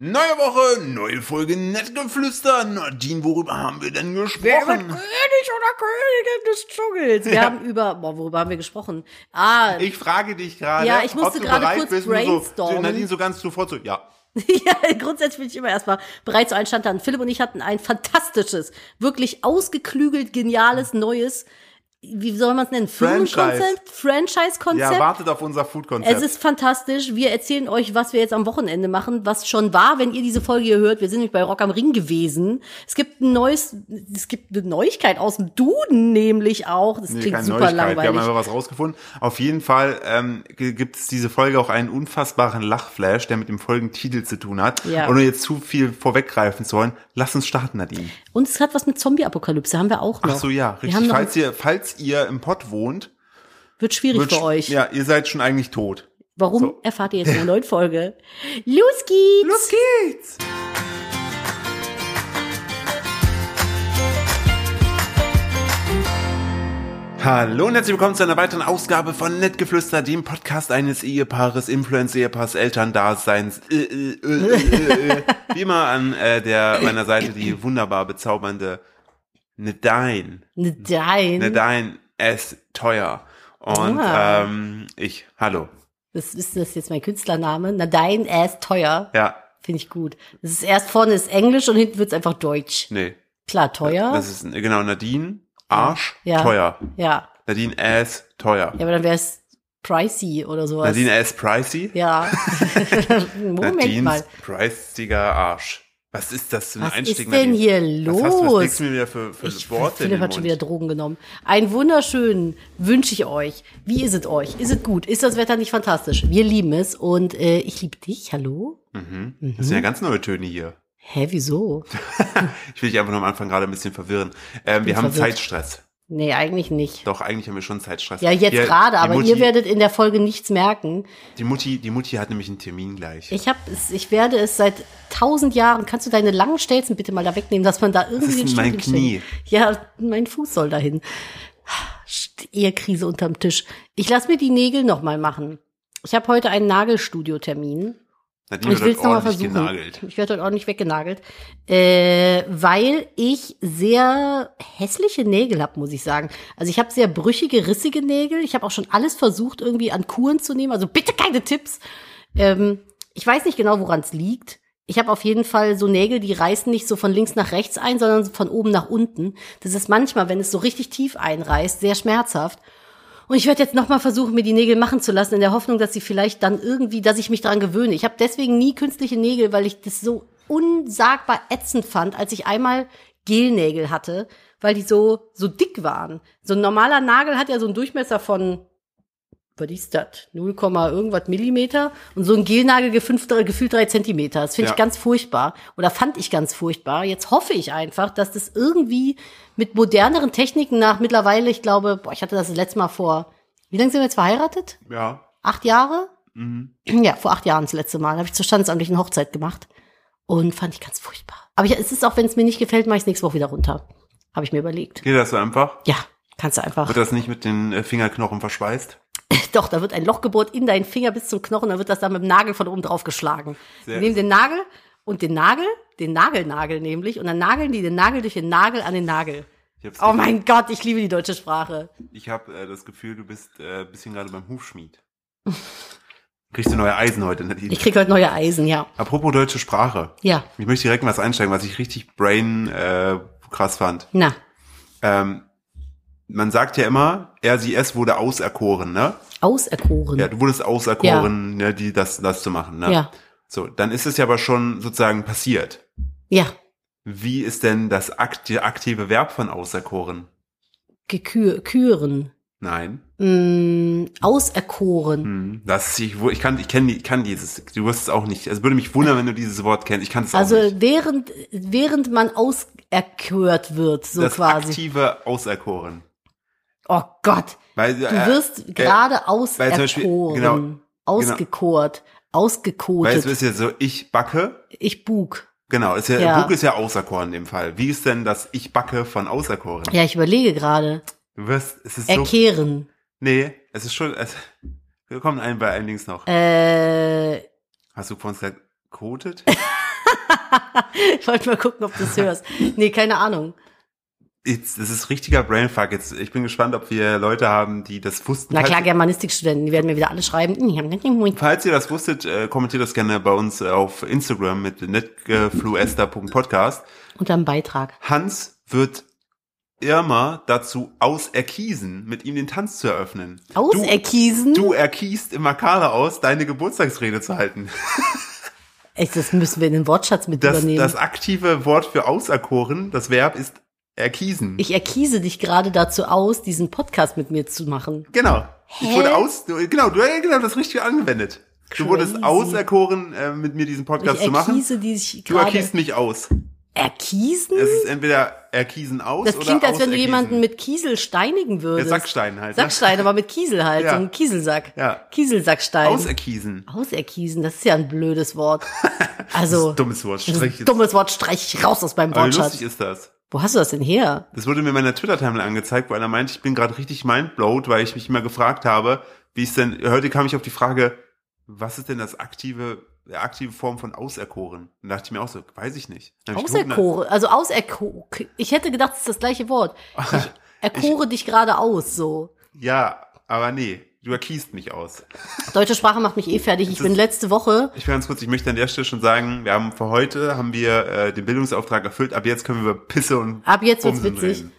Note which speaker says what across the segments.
Speaker 1: Neue Woche, neue Folge Nettgeflüster. Nadine, worüber haben wir denn
Speaker 2: Wer wird König
Speaker 1: gesprochen?
Speaker 2: oder Königin des Dschungels? Wir
Speaker 1: Ja.
Speaker 2: haben über, boah, worüber haben wir gesprochen? Ah,
Speaker 1: Ich frage dich gerade,
Speaker 2: Ja, ich musste
Speaker 1: ob du
Speaker 2: gerade
Speaker 1: bereit
Speaker 2: kurz
Speaker 1: bist, nur so,
Speaker 2: brainstormen.
Speaker 1: Nadine so ganz sofort so, ja.
Speaker 2: ja, grundsätzlich bin ich immer erstmal bereit zu einem Stand an. Philipp und ich hatten ein fantastisches, wirklich ausgeklügelt, geniales, neues, wie soll man es nennen?
Speaker 1: Franchise.
Speaker 2: Firmenkonzept?
Speaker 1: Ja,
Speaker 2: Franchise-Konzept?
Speaker 1: wartet auf unser Food-Konzept.
Speaker 2: Es ist fantastisch. Wir erzählen euch, was wir jetzt am Wochenende machen, was schon war, wenn ihr diese Folge hier hört. Wir sind nämlich bei Rock am Ring gewesen. Es gibt ein neues, es gibt eine Neuigkeit aus dem Duden nämlich auch. Das
Speaker 1: Nee,
Speaker 2: klingt
Speaker 1: keine
Speaker 2: super
Speaker 1: Neuigkeit. Wir haben
Speaker 2: langweilig.
Speaker 1: einfach was rausgefunden. Auf jeden Fall ähm, gibt es diese Folge auch einen unfassbaren Lachflash, der mit dem folgenden Titel zu tun hat.
Speaker 2: Ja.
Speaker 1: Ohne jetzt zu viel vorweggreifen zu wollen, lass uns starten, Nadine.
Speaker 2: Und es hat was mit Zombie-Apokalypse, haben wir auch noch.
Speaker 1: Ach so, ja,
Speaker 2: Wir haben
Speaker 1: richtig.
Speaker 2: noch,
Speaker 1: Falls ihr, falls ihr im Pott wohnt,
Speaker 2: wird schwierig
Speaker 1: wird
Speaker 2: für
Speaker 1: sch-
Speaker 2: euch.
Speaker 1: Ja, ihr seid schon eigentlich tot.
Speaker 2: Warum
Speaker 1: So.
Speaker 2: erfahrt ihr jetzt in der neuen Folge? Los geht's!
Speaker 1: Los geht's! Hallo und herzlich willkommen zu einer weiteren Ausgabe von Nettgeflüster, dem Podcast eines Ehepaares, Influencer-Ehepaars, Elterndaseins. Äh, äh, äh, äh, äh. Wie immer an äh, der meiner Seite die wunderbar bezaubernde Nadine.
Speaker 2: Nein.
Speaker 1: Nadine S. Teuer. Und
Speaker 2: Ah.
Speaker 1: ähm, ich, hallo.
Speaker 2: Das ist das ist jetzt mein Künstlername. Na, dein ass teuer.
Speaker 1: Ja,
Speaker 2: Finde ich gut. Das ist erst vorne ist Englisch und hinten wird's einfach Deutsch.
Speaker 1: nee.
Speaker 2: Klar, teuer.
Speaker 1: Das ist genau Nadine, Arsch,
Speaker 2: Ja.
Speaker 1: teuer.
Speaker 2: ja.
Speaker 1: Nadine S. teuer.
Speaker 2: Ja, aber dann wäre es pricey oder sowas.
Speaker 1: Nadine S. pricey.
Speaker 2: Ja. Moment
Speaker 1: Nadines
Speaker 2: mal.
Speaker 1: preistiger Arsch. Was ist das für ein
Speaker 2: Was
Speaker 1: Einstieg,
Speaker 2: ist denn
Speaker 1: Nadine?
Speaker 2: hier
Speaker 1: Was, hast, was
Speaker 2: los?
Speaker 1: legst du mir wieder für, für
Speaker 2: Ich,
Speaker 1: Worte in
Speaker 2: Philipp
Speaker 1: den
Speaker 2: hat schon
Speaker 1: Mund?
Speaker 2: wieder Drogen genommen. Einen wunderschönen wünsche ich euch. Wie ist es euch? Ist es gut? Ist das Wetter nicht fantastisch? Wir lieben es und äh, ich liebe dich. Hallo?
Speaker 1: mhm. Das sind ja ganz neue Töne hier.
Speaker 2: Hä, wieso?
Speaker 1: Ich will dich einfach nur am Anfang gerade ein bisschen verwirren. Ähm, wir haben
Speaker 2: verwirrt.
Speaker 1: Zeitstress.
Speaker 2: Nee, eigentlich nicht.
Speaker 1: Doch, eigentlich haben wir schon Zeitstress.
Speaker 2: Ja, jetzt
Speaker 1: Hier,
Speaker 2: gerade,
Speaker 1: die
Speaker 2: aber
Speaker 1: Mutti,
Speaker 2: ihr werdet in der Folge nichts merken.
Speaker 1: Die Mutti, die Mutti hat nämlich einen Termin gleich.
Speaker 2: Ich habe es, ich werde es seit tausend Jahren. Kannst du deine langen Stelzen bitte mal da wegnehmen, dass man da irgendwie
Speaker 1: ist
Speaker 2: den Stuhl
Speaker 1: mein
Speaker 2: hinstellt?
Speaker 1: Knie.
Speaker 2: Ja, mein Fuß soll dahin. St- Ehekrise unterm Tisch. Ich lasse mir die Nägel nochmal machen. Ich habe heute einen Nagelstudio-Termin.
Speaker 1: Nadine
Speaker 2: ich will es nochmal
Speaker 1: ordentlich
Speaker 2: versuchen.
Speaker 1: genagelt.
Speaker 2: Ich werde heute ordentlich weggenagelt. Äh, weil ich sehr hässliche Nägel habe, muss ich sagen. Also ich habe sehr brüchige, rissige Nägel. Ich habe auch schon alles versucht, irgendwie an Kuren zu nehmen. Also bitte keine Tipps. Ähm, ich weiß nicht genau, woran es liegt. Ich habe auf jeden Fall so Nägel, die reißen nicht so von links nach rechts ein, sondern so von oben nach unten. Das ist manchmal, wenn es so richtig tief einreißt, sehr schmerzhaft. Und ich werde jetzt nochmal versuchen, mir die Nägel machen zu lassen, in der Hoffnung, dass sie vielleicht dann irgendwie, dass ich mich daran gewöhne. Ich habe deswegen nie künstliche Nägel, weil ich das so unsagbar ätzend fand, als ich einmal Gelnägel hatte, weil die so, so dick waren. So ein normaler Nagel hat ja so einen Durchmesser von, was ist das? 0, irgendwas Millimeter. Und so ein Gelnagel gefünft- gefühlt drei Zentimeter. Das finde
Speaker 1: Ja.
Speaker 2: ich ganz furchtbar. Oder fand ich ganz furchtbar. Jetzt hoffe ich einfach, dass das irgendwie mit moderneren Techniken nach mittlerweile, ich glaube, boah, ich hatte das das letzte Mal vor, wie lange sind wir jetzt verheiratet?
Speaker 1: Ja.
Speaker 2: Acht Jahre?
Speaker 1: Mhm.
Speaker 2: Ja, vor acht Jahren das letzte Mal. Habe ich zur standesamtlichen Hochzeit gemacht. Und fand ich ganz furchtbar. Aber ich, es ist auch, wenn es mir nicht gefällt, mache ich es nächste Woche wieder runter. Habe ich mir überlegt.
Speaker 1: Geht das so einfach?
Speaker 2: Ja, kannst du einfach.
Speaker 1: Wird das nicht mit den äh, Fingerknochen verschweißt?
Speaker 2: Doch, da wird ein Loch gebohrt in deinen Finger bis zum Knochen, dann wird das dann mit dem Nagel von oben drauf geschlagen.
Speaker 1: Sehr-
Speaker 2: Die nehmen den Nagel und den Nagel, den Nagelnagel nämlich, und dann nageln die den Nagel durch den Nagel an den Nagel.
Speaker 1: Ich hab's
Speaker 2: Oh mein Gott, ich liebe die deutsche Sprache.
Speaker 1: Ich habe äh, das Gefühl, du bist äh, ein bisschen gerade beim Hufschmied. Kriegst du neue Eisen heute, Nadine?
Speaker 2: Ich krieg heute neue Eisen, ja.
Speaker 1: Apropos deutsche Sprache.
Speaker 2: Ja.
Speaker 1: Ich möchte direkt mal was einsteigen, was ich richtig brain äh, krass fand.
Speaker 2: Na,
Speaker 1: Ähm, man sagt ja immer, er, sie, es wurde auserkoren, ne?
Speaker 2: auserkoren.
Speaker 1: Ja, du wurdest auserkoren, ne, die, das, das zu machen, ne?
Speaker 2: Mhm. ja.
Speaker 1: So, dann ist es ja aber schon sozusagen passiert.
Speaker 2: ja.
Speaker 1: Wie ist denn das akti aktive Verb von auserkoren?
Speaker 2: Gekür, küren,
Speaker 1: Nein.
Speaker 2: mm, auserkoren.
Speaker 1: Hm, Das, ich, wo- ich kann, ich kenne, ich kann dieses, du wirst es auch nicht. Also würde mich wundern, wenn du dieses Wort kennst. Ich kann es
Speaker 2: Also
Speaker 1: auch nicht.
Speaker 2: während während man auserkört wird, so
Speaker 1: das
Speaker 2: quasi.
Speaker 1: aktive Auserkoren.
Speaker 2: Oh Gott,
Speaker 1: Weil, äh,
Speaker 2: du wirst gerade
Speaker 1: weil
Speaker 2: auserkoren,
Speaker 1: zum Beispiel- genau, genau.
Speaker 2: ausgekort,
Speaker 1: Weil es
Speaker 2: ausgekotet.
Speaker 1: ist ja so, ich backe.
Speaker 2: ich bug.
Speaker 1: Genau, ist ja,
Speaker 2: Ja.
Speaker 1: Bug ist ja auserkoren in dem Fall. Wie ist denn das Ich backe von auserkoren?
Speaker 2: Ja, ich überlege gerade.
Speaker 1: Du wirst, es ist so,
Speaker 2: Erkehren.
Speaker 1: nee, es ist schon, es, wir kommen ein bei einem Dings noch.
Speaker 2: Äh,
Speaker 1: Hast du von uns gesagt, kotet?
Speaker 2: ich wollte mal gucken, ob du es hörst. Nee, keine Ahnung.
Speaker 1: Jetzt, das ist richtiger Brainfuck. Jetzt, ich bin gespannt, ob wir Leute haben, die das wussten.
Speaker 2: Na klar,
Speaker 1: falls,
Speaker 2: Germanistikstudenten, die werden mir wieder alle schreiben. "Hm, ich hab nicht den
Speaker 1: falls ihr das wusstet, äh, kommentiert das gerne bei uns äh, auf Instagram mit netgefluester.podcast.
Speaker 2: Unter dem Beitrag.
Speaker 1: Hans wird Irma dazu auserkiesen, mit ihm den Tanz zu eröffnen.
Speaker 2: Auserkiesen?
Speaker 1: Du, du erkiest immer Carla aus, deine Geburtstagsrede zu halten.
Speaker 2: Echt, das müssen wir in den Wortschatz mit
Speaker 1: Das,
Speaker 2: übernehmen.
Speaker 1: das aktive Wort für auserkoren, das Verb ist erkiesen.
Speaker 2: ich erkiese dich gerade dazu aus, diesen Podcast mit mir zu machen.
Speaker 1: genau. Ich
Speaker 2: Hä?
Speaker 1: wurde aus, du, genau, du ja, genau das Richtige angewendet. Du wurdest
Speaker 2: Crazy.
Speaker 1: auserkoren, äh, mit mir diesen Podcast
Speaker 2: ich
Speaker 1: zu machen.
Speaker 2: erkiese dich
Speaker 1: Du
Speaker 2: gerade.
Speaker 1: erkiest mich aus.
Speaker 2: Erkiesen?
Speaker 1: Es ist entweder erkiesen aus
Speaker 2: Das
Speaker 1: oder
Speaker 2: klingt, als wenn du
Speaker 1: auserkiesen.
Speaker 2: jemanden mit Kiesel steinigen würdest.
Speaker 1: Ja, Sackstein halt, ne?
Speaker 2: Sackstein, aber mit Kiesel halt,
Speaker 1: Ja.
Speaker 2: so ein Kieselsack.
Speaker 1: Ja.
Speaker 2: Kieselsackstein.
Speaker 1: auserkiesen.
Speaker 2: Auserkiesen, das ist ja ein blödes Wort. Also,
Speaker 1: Dummes Wort.
Speaker 2: das ist ein
Speaker 1: Strich.
Speaker 2: dummes Wort, streich raus aus meinem
Speaker 1: Aber wie lustig
Speaker 2: Wortschatz.
Speaker 1: ist das?
Speaker 2: Wo hast du das denn her?
Speaker 1: Das wurde mir in meiner Twitter-Timeline angezeigt, wo einer meinte, ich bin gerade richtig mindblowed, weil ich mich immer gefragt habe, wie es denn, heute kam ich auf die Frage, was ist denn das aktive, der aktive Form von auserkoren? Und dachte ich mir auch so, weiß ich nicht. Dann hab ich geguckt und dann-
Speaker 2: Auserkore, also auserko. Ich hätte gedacht, es ist das gleiche Wort. Ich erkore dich gerade aus, so.
Speaker 1: Ja, aber nee, du erkiest mich aus.
Speaker 2: Deutsche Sprache macht mich eh fertig. Ich bin letzte Woche,
Speaker 1: Ich will ganz kurz, ich möchte an der Stelle schon sagen, wir haben für heute, haben wir äh, den Bildungsauftrag erfüllt, ab jetzt können wir über Pisse und
Speaker 2: ab jetzt wird's
Speaker 1: Bumsen
Speaker 2: witzig.
Speaker 1: reden.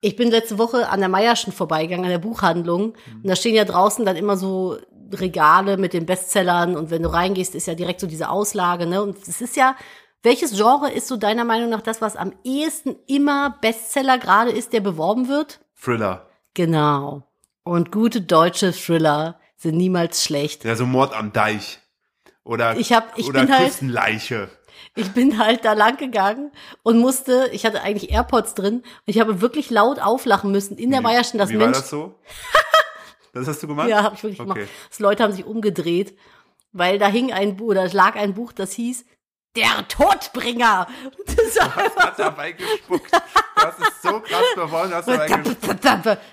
Speaker 2: Ich bin letzte Woche an der Meierschen vorbeigegangen, an der Buchhandlung. Und da stehen ja draußen dann immer so Regale mit den Bestsellern. Und wenn du reingehst, ist ja direkt so diese Auslage. Ne? Und es ist ja, welches Genre ist so deiner Meinung nach das, was am ehesten immer Bestseller gerade ist, der beworben wird?
Speaker 1: Thriller.
Speaker 2: Genau. Und gute deutsche Thriller sind niemals schlecht.
Speaker 1: Ja, so Mord am Deich. Oder,
Speaker 2: Ich hab- ich
Speaker 1: oder
Speaker 2: bin halt-
Speaker 1: Küstenleiche.
Speaker 2: Ich bin halt da lang gegangen und musste, ich hatte eigentlich AirPods drin und ich habe wirklich laut auflachen müssen in der Meierschen, dass
Speaker 1: Wie war
Speaker 2: Menschen
Speaker 1: das so? Das hast du gemacht?
Speaker 2: Ja, habe ich wirklich
Speaker 1: Okay.
Speaker 2: gemacht. Das Leute haben sich umgedreht, weil da hing ein Buch oder lag ein Buch, das hieß Der Todbringer. Das, war,
Speaker 1: Hat dabei gespuckt. Das ist so krass verworren, dass dabei gespuckt.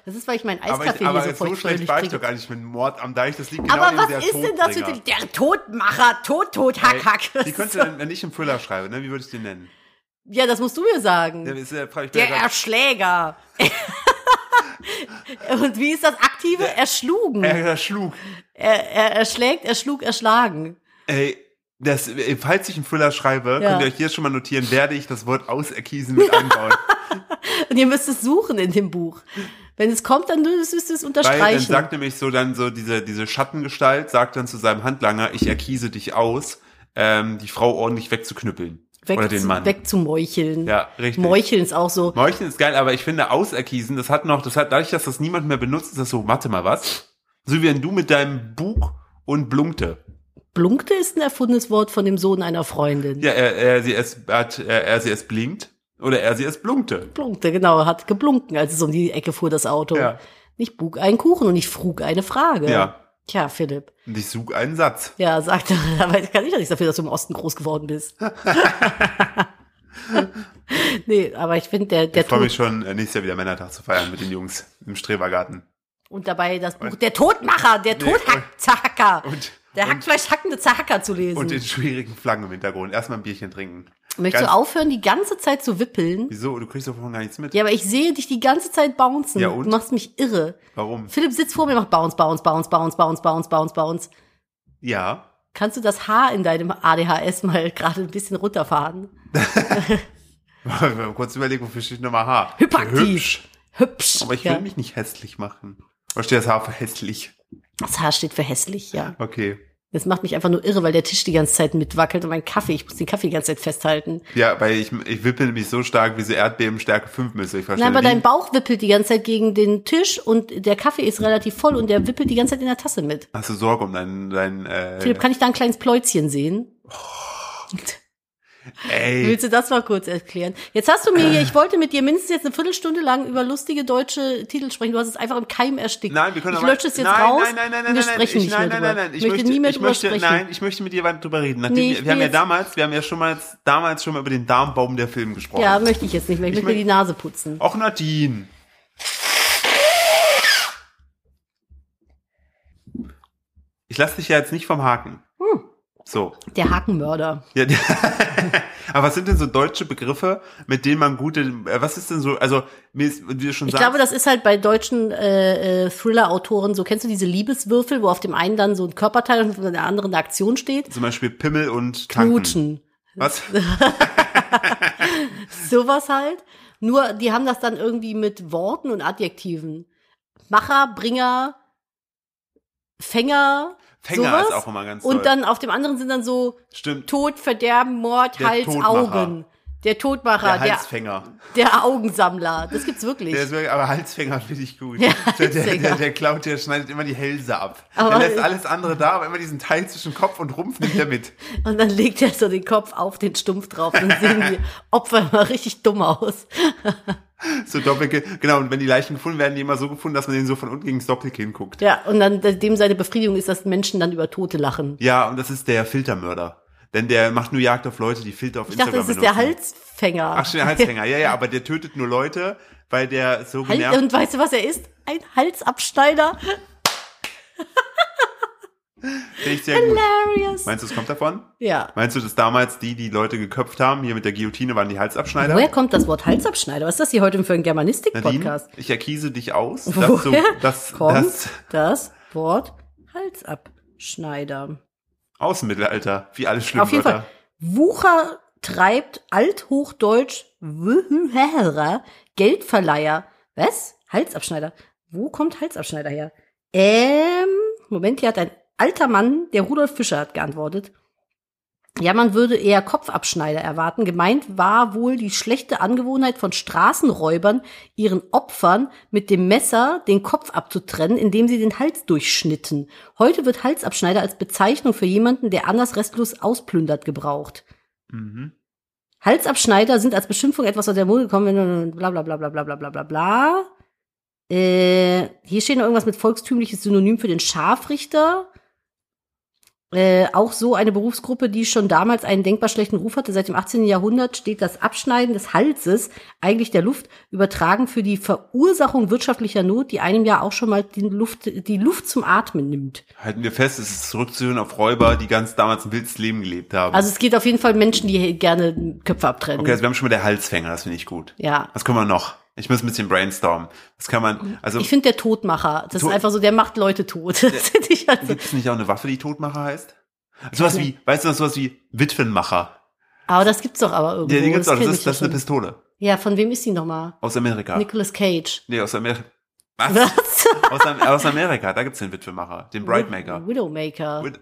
Speaker 2: das ist, weil ich meinen
Speaker 1: Aber,
Speaker 2: Eiskaffee
Speaker 1: ich,
Speaker 2: hier
Speaker 1: aber
Speaker 2: so
Speaker 1: jetzt so
Speaker 2: feucht
Speaker 1: schlecht
Speaker 2: fröhlich
Speaker 1: war ich doch
Speaker 2: trinke.
Speaker 1: gar nicht mit Mord am Deich. Das liegt genau
Speaker 2: Aber
Speaker 1: in der
Speaker 2: was ist denn das
Speaker 1: Todbringer.
Speaker 2: mit dem Der Todmacher, Tod, Tod, Hack, Hack?
Speaker 1: Wie könnte denn, wenn ich einen Thriller schreibe, ne? Wie würde ich den nennen?
Speaker 2: Ja, das musst du mir sagen.
Speaker 1: Ja, ist ja- frag ich bin
Speaker 2: der
Speaker 1: ja grad-
Speaker 2: Erschläger. Und wie ist das aktive? Erschlugen.
Speaker 1: Er erschlug.
Speaker 2: Er, er erschlägt, erschlug, erschlagen.
Speaker 1: Ey, das, äh, falls ich einen Thriller schreibe,
Speaker 2: Ja.
Speaker 1: könnt ihr euch hier schon mal notieren, werde ich das Wort auserkiesen mit einbauen.
Speaker 2: Und ihr müsst es suchen in dem Buch. Wenn es kommt, dann müsst ihr es
Speaker 1: Weil dann
Speaker 2: unterstreichen.
Speaker 1: sagt nämlich so dann so diese, diese Schattengestalt, sagt dann zu seinem Handlanger, ich erkiese dich aus, ähm, die Frau ordentlich wegzuknüppeln.
Speaker 2: weg
Speaker 1: Oder den
Speaker 2: zu,
Speaker 1: Mann.
Speaker 2: Weg zu meucheln.
Speaker 1: Ja, richtig.
Speaker 2: Meucheln ist auch so.
Speaker 1: Meucheln ist geil, aber ich finde auserkiesen, das hat noch, das hat, dadurch, dass das niemand mehr benutzt, ist das so, warte mal was? So wie wenn du mit deinem Bug und Blunkte.
Speaker 2: Blunkte ist ein erfundenes Wort von dem Sohn einer Freundin.
Speaker 1: Ja, er, er sie es hat, er, er sie es blinkt oder er sie es blunkte.
Speaker 2: Blunkte, genau, hat geblunken, als es um die Ecke fuhr, das Auto.
Speaker 1: Ja.
Speaker 2: Nicht bug einen Kuchen und ich frug eine Frage.
Speaker 1: Ja.
Speaker 2: Tja, Philipp.
Speaker 1: Und ich suche einen Satz.
Speaker 2: Ja, sagt er, aber ich kann ich ja nichts dafür, dass du im Osten groß geworden bist. nee, aber ich finde, der, der
Speaker 1: ich freue mich
Speaker 2: Tod,
Speaker 1: schon, äh, nächstes Jahr wieder Männertag zu feiern mit den Jungs im Strebergarten.
Speaker 2: und dabei das Buch, der Todmacher, der
Speaker 1: Nee,
Speaker 2: Todhack-Zahacker,
Speaker 1: und-
Speaker 2: der
Speaker 1: und-
Speaker 2: Hackfleisch-hackende Zahacker zu lesen.
Speaker 1: Und den schwierigen Flaggen im Hintergrund. Erstmal ein Bierchen trinken.
Speaker 2: Möchtest du
Speaker 1: Ganz-
Speaker 2: aufhören, die ganze Zeit zu wippeln?
Speaker 1: Wieso? Du kriegst davon gar nichts mit.
Speaker 2: Ja, aber ich sehe dich die ganze Zeit bouncen.
Speaker 1: Ja,
Speaker 2: Ja,
Speaker 1: und?
Speaker 2: und? Du machst mich irre.
Speaker 1: Warum?
Speaker 2: Philipp sitzt vor mir, macht bounce, bounce, bounce, bounce, bounce, bounce, bounce, bounce.
Speaker 1: Ja.
Speaker 2: Kannst du das Haar in deinem ADHS mal gerade ein bisschen runterfahren?
Speaker 1: Wir haben kurz überlegen, wofür steht nochmal Haar?
Speaker 2: Hyperaktiv.
Speaker 1: Hübsch.
Speaker 2: Hübsch.
Speaker 1: Aber ich will
Speaker 2: ja.
Speaker 1: mich nicht hässlich machen. Oder steht das Haar für hässlich?
Speaker 2: Das Haar steht für hässlich, ja.
Speaker 1: Okay.
Speaker 2: Das macht mich einfach nur irre, weil der Tisch die ganze Zeit mitwackelt und mein Kaffee, ich muss den Kaffee die ganze Zeit festhalten.
Speaker 1: Ja, weil ich, ich wippe mich so stark wie so Erdbeben Stärke 5 müsste. Ich verstehe
Speaker 2: Nein, aber dein Bauch wippelt die ganze Zeit gegen den Tisch und der Kaffee ist relativ voll und der wippelt die ganze Zeit in der Tasse mit.
Speaker 1: Hast du Sorge um dein, dein äh,
Speaker 2: Philipp, kann ich da ein kleines Pläuzchen sehen?
Speaker 1: Mhm. ey,
Speaker 2: Willst du das mal kurz erklären? Jetzt hast du mir hier, ich wollte mit dir mindestens jetzt eine Viertelstunde lang über lustige deutsche Titel sprechen. Du hast es einfach im Keim erstickt.
Speaker 1: Nein, wir können
Speaker 2: ich
Speaker 1: aber-
Speaker 2: lösche es jetzt
Speaker 1: nein,
Speaker 2: raus.
Speaker 1: Nein, nein, nein, nein,
Speaker 2: und wir
Speaker 1: nein,
Speaker 2: sprechen
Speaker 1: ich,
Speaker 2: nicht
Speaker 1: nein,
Speaker 2: mehr
Speaker 1: nein,
Speaker 2: drüber.
Speaker 1: nein, nein, ich
Speaker 2: möchte nie mehr
Speaker 1: ich
Speaker 2: drüber
Speaker 1: möchte,
Speaker 2: sprechen.
Speaker 1: Nein, ich möchte mit dir weiter drüber reden. Nachdem,
Speaker 2: Nee, ich
Speaker 1: wir,
Speaker 2: will
Speaker 1: wir haben ja
Speaker 2: jetzt-
Speaker 1: damals, wir haben ja schon mal damals schon mal über den Darmbaum der Film gesprochen.
Speaker 2: Ja, möchte ich jetzt nicht mehr. Ich,
Speaker 1: Ich
Speaker 2: möchte mir
Speaker 1: möcht-
Speaker 2: die Nase putzen.
Speaker 1: Auch Nadine.
Speaker 2: Hm.
Speaker 1: Ich lasse dich ja jetzt nicht vom Haken. So.
Speaker 2: Der Hakenmörder.
Speaker 1: Ja, aber was sind denn so deutsche Begriffe, mit denen man gute, äh, was ist denn so, also, mir ist, wie du schon
Speaker 2: Ich
Speaker 1: sagst,
Speaker 2: glaube, das ist halt bei deutschen äh, äh, Thriller-Autoren so. Kennst du diese Liebeswürfel, wo auf dem einen dann so ein Körperteil und auf der anderen eine Aktion steht?
Speaker 1: zum Beispiel Pimmel und Tanken.
Speaker 2: Knutschen.
Speaker 1: Was?
Speaker 2: Sowas halt. Nur, die haben das dann irgendwie mit Worten und Adjektiven. Macher, Bringer, Fänger.
Speaker 1: Fänger
Speaker 2: sowas.
Speaker 1: ist auch immer ganz toll.
Speaker 2: Und dann auf dem anderen sind dann so
Speaker 1: Stimmt.
Speaker 2: Tod, Verderben, Mord,
Speaker 1: Der
Speaker 2: Hals,
Speaker 1: Todmacher.
Speaker 2: Augen. Der Todmacher,
Speaker 1: Der
Speaker 2: der,
Speaker 1: Halsfänger.
Speaker 2: der Augensammler. Das gibt's wirklich.
Speaker 1: Der ist wirklich, aber Halsfänger finde ich gut.
Speaker 2: Der
Speaker 1: der, der,
Speaker 2: Halsfänger.
Speaker 1: der, der klaut, der schneidet immer die Hälse ab.
Speaker 2: Aber-
Speaker 1: der lässt alles andere da, aber immer diesen Teil zwischen Kopf und Rumpf nimmt er mit.
Speaker 2: Und dann legt er so den Kopf auf den Stumpf drauf. Dann sehen die Opfer immer richtig dumm aus.
Speaker 1: So doppelt, genau, und wenn die Leichen gefunden werden, die immer so gefunden, dass man denen so von unten gegen das Doppelkinn guckt.
Speaker 2: Ja, und dann dem seine Befriedigung ist, dass Menschen dann über Tote lachen.
Speaker 1: Ja, und das ist der Filtermörder. Denn der macht nur Jagd auf Leute, die Filter auf
Speaker 2: Ich dachte,
Speaker 1: Instagram
Speaker 2: das ist der Halt-
Speaker 1: benutzen.
Speaker 2: Halsfänger.
Speaker 1: Ach, schon der Halsfänger. Ja, ja, aber der tötet nur Leute, weil der so
Speaker 2: Hal
Speaker 1: genervt.
Speaker 2: Halt und weißt du, was er ist? Ein Halsabschneider.
Speaker 1: Finde ich sehr gut.
Speaker 2: Hilarious.
Speaker 1: Meinst du, es kommt davon?
Speaker 2: Ja.
Speaker 1: Meinst du, dass damals die, die Leute geköpft haben, hier mit der Guillotine waren die Halsabschneider?
Speaker 2: Woher kommt das Wort Halsabschneider? Was ist das hier heute für ein
Speaker 1: Nadine,
Speaker 2: Germanistik-Podcast?
Speaker 1: ich erkiese dich aus. Dass du,
Speaker 2: Woher
Speaker 1: dass,
Speaker 2: kommt
Speaker 1: dass,
Speaker 2: das Wort Halsabschneider?
Speaker 1: aus dem Mittelalter, wie alle
Speaker 2: Auf jeden Fall.
Speaker 1: Schlimmwörter.
Speaker 2: Wucher treibt Althochdeutsch Wucherer, Geldverleiher. Was? Halsabschneider. Wo kommt Halsabschneider her? Ähm, Moment, hier hat ein alter Mann, der Rudolf Fischer hat geantwortet. Ja, man würde eher Kopfabschneider erwarten. Gemeint war wohl die schlechte Angewohnheit von Straßenräubern, ihren Opfern mit dem Messer den Kopf abzutrennen, indem sie den Hals durchschnitten. Heute wird Halsabschneider als Bezeichnung für jemanden, der anders restlos ausplündert, gebraucht.
Speaker 1: Mhm.
Speaker 2: Halsabschneider sind als Beschimpfung etwas aus der Mode gekommen, wenn- bla bla bla bla bla bla bla bla bla. Äh, hier steht noch irgendwas mit volkstümliches Synonym für den Scharfrichter. Äh, auch so eine Berufsgruppe, die schon damals einen denkbar schlechten Ruf hatte. Seit dem 18. Jahrhundert steht das Abschneiden des Halses, eigentlich der Luft, übertragen für die Verursachung wirtschaftlicher Not, die einem ja auch schon mal die Luft, die Luft zum Atmen nimmt.
Speaker 1: Halten wir fest, es ist zurückzuhören auf Räuber, die ganz damals ein wildes Leben gelebt haben.
Speaker 2: Also es geht auf jeden Fall Menschen, die gerne Köpfe abtrennen.
Speaker 1: okay, also wir haben schon mal der Halsfänger, das finde ich gut.
Speaker 2: ja.
Speaker 1: Was können wir noch? Ich muss ein bisschen brainstormen. Was kann man, also
Speaker 2: Mhm. Ich finde der Todmacher, das
Speaker 1: To-
Speaker 2: ist einfach so, der macht Leute tot. Das finde ich also,
Speaker 1: gibt es nicht auch eine Waffe, die Todmacher heißt? Sowas
Speaker 2: Nee.
Speaker 1: wie, weißt du noch, sowas wie Witwenmacher.
Speaker 2: aber das gibt's doch aber irgendwo.
Speaker 1: Ja, die gibt's auch, das
Speaker 2: Oh, kenn
Speaker 1: ist,
Speaker 2: ich
Speaker 1: das ist
Speaker 2: ja
Speaker 1: eine
Speaker 2: schon.
Speaker 1: Pistole.
Speaker 2: Ja, von wem ist die nochmal?
Speaker 1: Aus Amerika.
Speaker 2: Nicolas Cage.
Speaker 1: Nee, aus Amerika. Was?
Speaker 2: Was?
Speaker 1: aus, Am aus Amerika, da gibt's den Witwenmacher, den Brightmaker.
Speaker 2: Widowmaker.
Speaker 1: Wid-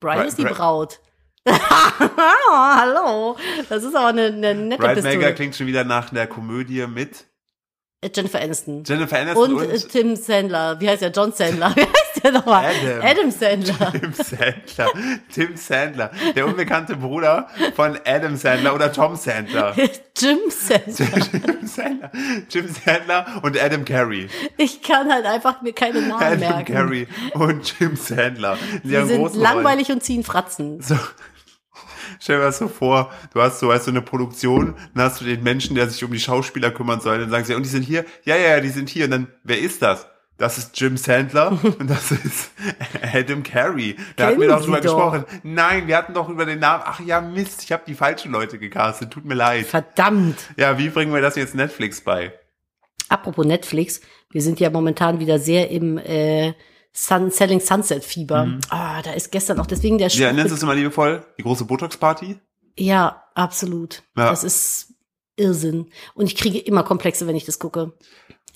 Speaker 2: Bride ist die
Speaker 1: Bri-
Speaker 2: Braut. Oh, Hallo. Das ist aber eine, eine nette
Speaker 1: Brightmaker
Speaker 2: Pistole.
Speaker 1: klingt schon wieder nach einer Komödie mit
Speaker 2: Äh, Jennifer Aniston.
Speaker 1: Jennifer Aniston
Speaker 2: Und,
Speaker 1: und,
Speaker 2: äh, Tim Sandler. Wie heißt der? John Sandler. Wie heißt der nochmal?
Speaker 1: Adam.
Speaker 2: Adam Sandler.
Speaker 1: Tim Sandler. Tim Sandler, der unbekannte Bruder von Adam Sandler oder Tom Sandler.
Speaker 2: Jim Sandler.
Speaker 1: Jim Sandler. Jim Sandler und Adam Carey.
Speaker 2: Ich kann halt einfach mir keine Namen
Speaker 1: Adam
Speaker 2: merken.
Speaker 1: Carey und Jim Sandler. Die
Speaker 2: Die sind langweilig und ziehen Fratzen.
Speaker 1: So, stell dir das so vor, du hast so, weißt du, eine Produktion, dann hast du den Menschen, der sich um die Schauspieler kümmern soll, dann sagen sie, und die sind hier, ja, ja, ja, die sind hier, und dann, wer ist das? Das ist Jim Sandler und das ist Adam Carey. Da hatten wir doch
Speaker 2: Kennen Sie
Speaker 1: drüber
Speaker 2: doch.
Speaker 1: gesprochen. Nein, wir hatten doch über den Namen. Ach ja, Mist, ich habe die falschen Leute gecastet. Tut mir leid.
Speaker 2: Verdammt.
Speaker 1: Ja, wie bringen wir das jetzt Netflix bei?
Speaker 2: Apropos Netflix, wir sind ja momentan wieder sehr im äh, Sun, Selling Sunset Fieber. Ah, da ist gestern auch deswegen der
Speaker 1: Mhm. Ja,
Speaker 2: Spruch
Speaker 1: nennst
Speaker 2: mit-
Speaker 1: du es immer liebevoll? Die große Botox-Party?
Speaker 2: ja, absolut.
Speaker 1: Ja.
Speaker 2: Das ist Irrsinn. Und ich kriege immer Komplexe, wenn ich das gucke.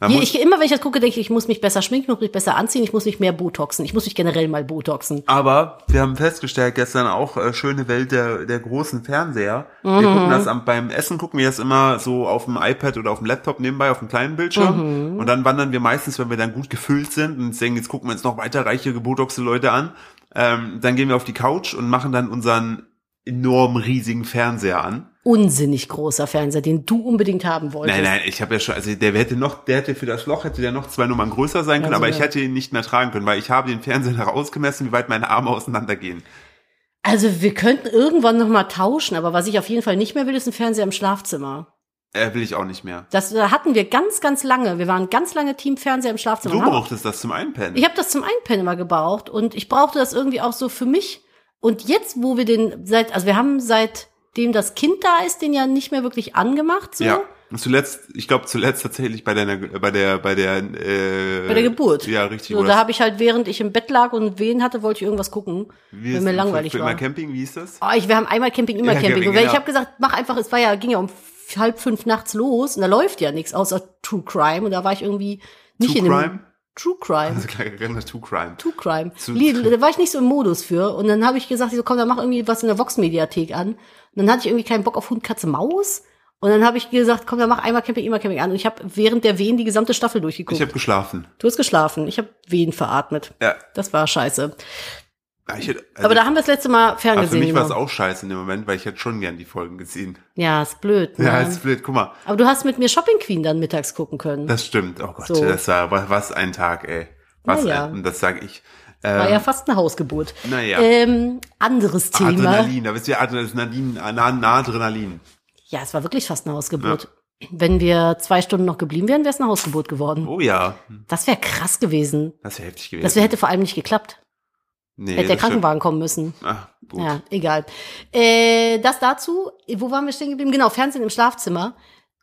Speaker 1: Man
Speaker 2: Hier,
Speaker 1: muss-
Speaker 2: ich, immer wenn ich das gucke, denke ich, ich muss mich besser schminken, ich muss mich besser anziehen, ich muss mich mehr botoxen. Ich muss mich generell mal botoxen.
Speaker 1: Aber wir haben festgestellt gestern auch, äh, schöne Welt der, der großen Fernseher.
Speaker 2: Mhm.
Speaker 1: Wir gucken das am, beim Essen, gucken wir das immer so auf dem iPad oder auf dem Laptop nebenbei, auf dem kleinen Bildschirm.
Speaker 2: Mhm.
Speaker 1: Und dann wandern wir meistens, wenn wir dann gut gefüllt sind und denken, jetzt gucken wir uns noch weiter reiche, gebotoxte Leute an. Ähm, dann gehen wir auf die Couch und machen dann unseren enorm riesigen Fernseher an.
Speaker 2: Unsinnig großer Fernseher, den du unbedingt haben wolltest.
Speaker 1: Nein, nein, ich habe ja schon, also der hätte noch, der hätte für das Loch hätte der noch zwei Nummern größer sein können,
Speaker 2: Also,
Speaker 1: aber ich
Speaker 2: ja.
Speaker 1: hätte ihn nicht mehr tragen können, weil ich habe den Fernseher herausgemessen, wie weit meine Arme auseinandergehen.
Speaker 2: Also wir könnten irgendwann noch mal tauschen, aber was ich auf jeden Fall nicht mehr will, ist ein Fernseher im Schlafzimmer.
Speaker 1: Äh, will ich auch nicht mehr.
Speaker 2: Das äh, hatten wir ganz, ganz lange. Wir waren ganz lange Team Fernseher im Schlafzimmer.
Speaker 1: Du
Speaker 2: Haben-
Speaker 1: brauchtest das zum Einpennen.
Speaker 2: Ich habe das zum Einpennen immer gebraucht und ich brauchte das irgendwie auch so für mich. Und jetzt, wo wir den seit, also wir haben seitdem das Kind da ist, den ja nicht mehr wirklich angemacht, so.
Speaker 1: Ja. Zuletzt, ich glaube, zuletzt tatsächlich bei deiner, bei der, bei der, äh,
Speaker 2: Bei der Geburt.
Speaker 1: Ja, richtig.
Speaker 2: So,
Speaker 1: wo
Speaker 2: da
Speaker 1: das-
Speaker 2: habe ich halt, während ich im Bett lag und Wehen hatte, wollte ich irgendwas gucken,
Speaker 1: wie
Speaker 2: wenn mir langweilig
Speaker 1: für
Speaker 2: war.
Speaker 1: immer Camping, wie ist das?
Speaker 2: Oh, ich, wir haben einmal Camping, immer
Speaker 1: Ja,
Speaker 2: Camping.
Speaker 1: Camping,
Speaker 2: Und wenn
Speaker 1: genau.
Speaker 2: ich habe gesagt, mach einfach, es war ja, ging ja um f- halb fünf nachts los und da läuft ja nichts außer True Crime und da war ich irgendwie nicht
Speaker 1: True
Speaker 2: in dem
Speaker 1: Crime?
Speaker 2: True Crime.
Speaker 1: Also klar, Renner True Crime.
Speaker 2: True Crime.
Speaker 1: Zu-
Speaker 2: Li- Da war ich nicht so im Modus für. Und dann habe ich gesagt, ich so, komm, dann mach irgendwie was in der Vox-Mediathek an. Und dann hatte ich irgendwie keinen Bock auf Hund, Katze, Maus. Und dann habe ich gesagt, komm, dann mach einmal Camping, immer Camping an. Und ich habe während der Wehen die gesamte Staffel
Speaker 1: Ich
Speaker 2: durchgeguckt.
Speaker 1: habe geschlafen.
Speaker 2: du hast geschlafen. Ich habe Wehen veratmet.
Speaker 1: Ja.
Speaker 2: Das war scheiße.
Speaker 1: Ich hätte, also,
Speaker 2: Aber da haben wir das letzte Mal
Speaker 1: aber Also für
Speaker 2: ferngesehen.
Speaker 1: mich war es
Speaker 2: genau.
Speaker 1: auch scheiße in dem Moment, weil ich hätte schon gern die Folgen gesehen.
Speaker 2: ja, ist blöd. Ne?
Speaker 1: Ja, ist blöd. Guck mal,
Speaker 2: Aber du hast mit mir Shopping Queen dann mittags gucken können.
Speaker 1: das stimmt. Oh Gott,
Speaker 2: So.
Speaker 1: das war wa- was ein Tag, ey. Was
Speaker 2: Naja.
Speaker 1: ein, und das sage ich.
Speaker 2: war
Speaker 1: Ähm,
Speaker 2: ja fast eine Hausgeburt.
Speaker 1: naja.
Speaker 2: Ähm, anderes Thema.
Speaker 1: Adrenalin, da bist du ja Adrenalin, Na- Na- Adrenalin.
Speaker 2: Ja, es war wirklich fast eine Hausgeburt. Wenn wir zwei Stunden noch geblieben wären, wäre es eine Hausgeburt geworden.
Speaker 1: Oh ja,
Speaker 2: Das wäre krass gewesen.
Speaker 1: das wäre heftig gewesen.
Speaker 2: Das wär, hätte vor allem nicht geklappt.
Speaker 1: nee,
Speaker 2: hätte
Speaker 1: das
Speaker 2: der
Speaker 1: stimmt.
Speaker 2: Krankenwagen kommen müssen.
Speaker 1: Ah, gut.
Speaker 2: Ja, egal. Äh, das dazu, wo waren wir stehen geblieben? Genau, Fernsehen im Schlafzimmer.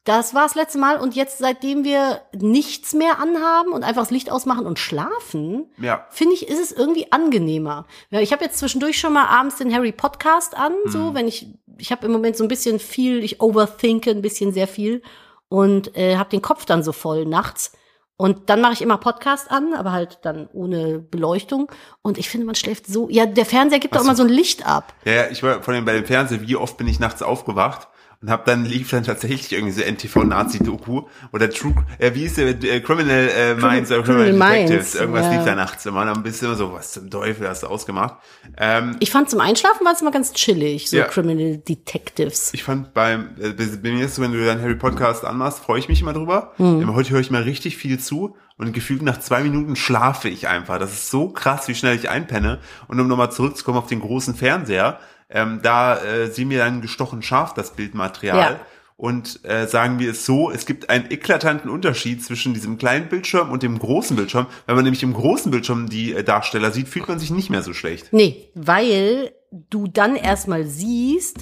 Speaker 2: Das war das letzte Mal und jetzt, seitdem wir nichts mehr anhaben und einfach das Licht ausmachen und schlafen,
Speaker 1: Ja.
Speaker 2: finde ich, ist es irgendwie angenehmer. Ja, Ich habe jetzt zwischendurch schon mal abends den Harry Podcast an, so
Speaker 1: Mhm.
Speaker 2: wenn ich, ich habe im Moment so ein bisschen viel, ich overthinke ein bisschen sehr viel und äh, habe den Kopf dann so voll nachts. Und dann mache ich immer Podcast an, aber halt dann ohne Beleuchtung. Und ich finde, man schläft so. Ja, der Fernseher gibt doch
Speaker 1: Ach
Speaker 2: immer so ein Licht ab.
Speaker 1: Ja, ja, ich war vor allem bei dem Fernsehen, wie oft bin ich nachts aufgewacht und hab dann lief dann tatsächlich irgendwie so NTV-Nazi-Doku oder True, äh, wie ist der, äh, Criminal äh, Minds oder Criminal,
Speaker 2: Criminal Minds,
Speaker 1: Detectives, irgendwas
Speaker 2: ja.
Speaker 1: lief da nachts immer und dann bist du immer so, was zum Teufel hast du ausgemacht. Ähm,
Speaker 2: Ich fand zum Einschlafen war es immer ganz chillig, so
Speaker 1: Ja.
Speaker 2: Criminal Detectives.
Speaker 1: ich fand beim, äh, bei bei mir ist es so, wenn du deinen Harry Podcast anmachst, freue ich mich immer drüber.
Speaker 2: Hm.
Speaker 1: Ähm, Heute höre ich mal richtig viel zu und gefühlt nach zwei Minuten schlafe ich einfach. Das ist so krass, wie schnell ich einpenne. Und um nochmal zurückzukommen auf den großen Fernseher, ähm, da äh, sehen wir dann gestochen scharf das Bildmaterial.
Speaker 2: Ja.
Speaker 1: Und äh, sagen wir es so, es gibt einen eklatanten Unterschied zwischen diesem kleinen Bildschirm und dem großen Bildschirm. Wenn man nämlich im großen Bildschirm die äh, Darsteller sieht, fühlt man sich nicht mehr so schlecht.
Speaker 2: Nee, weil du dann erstmal siehst,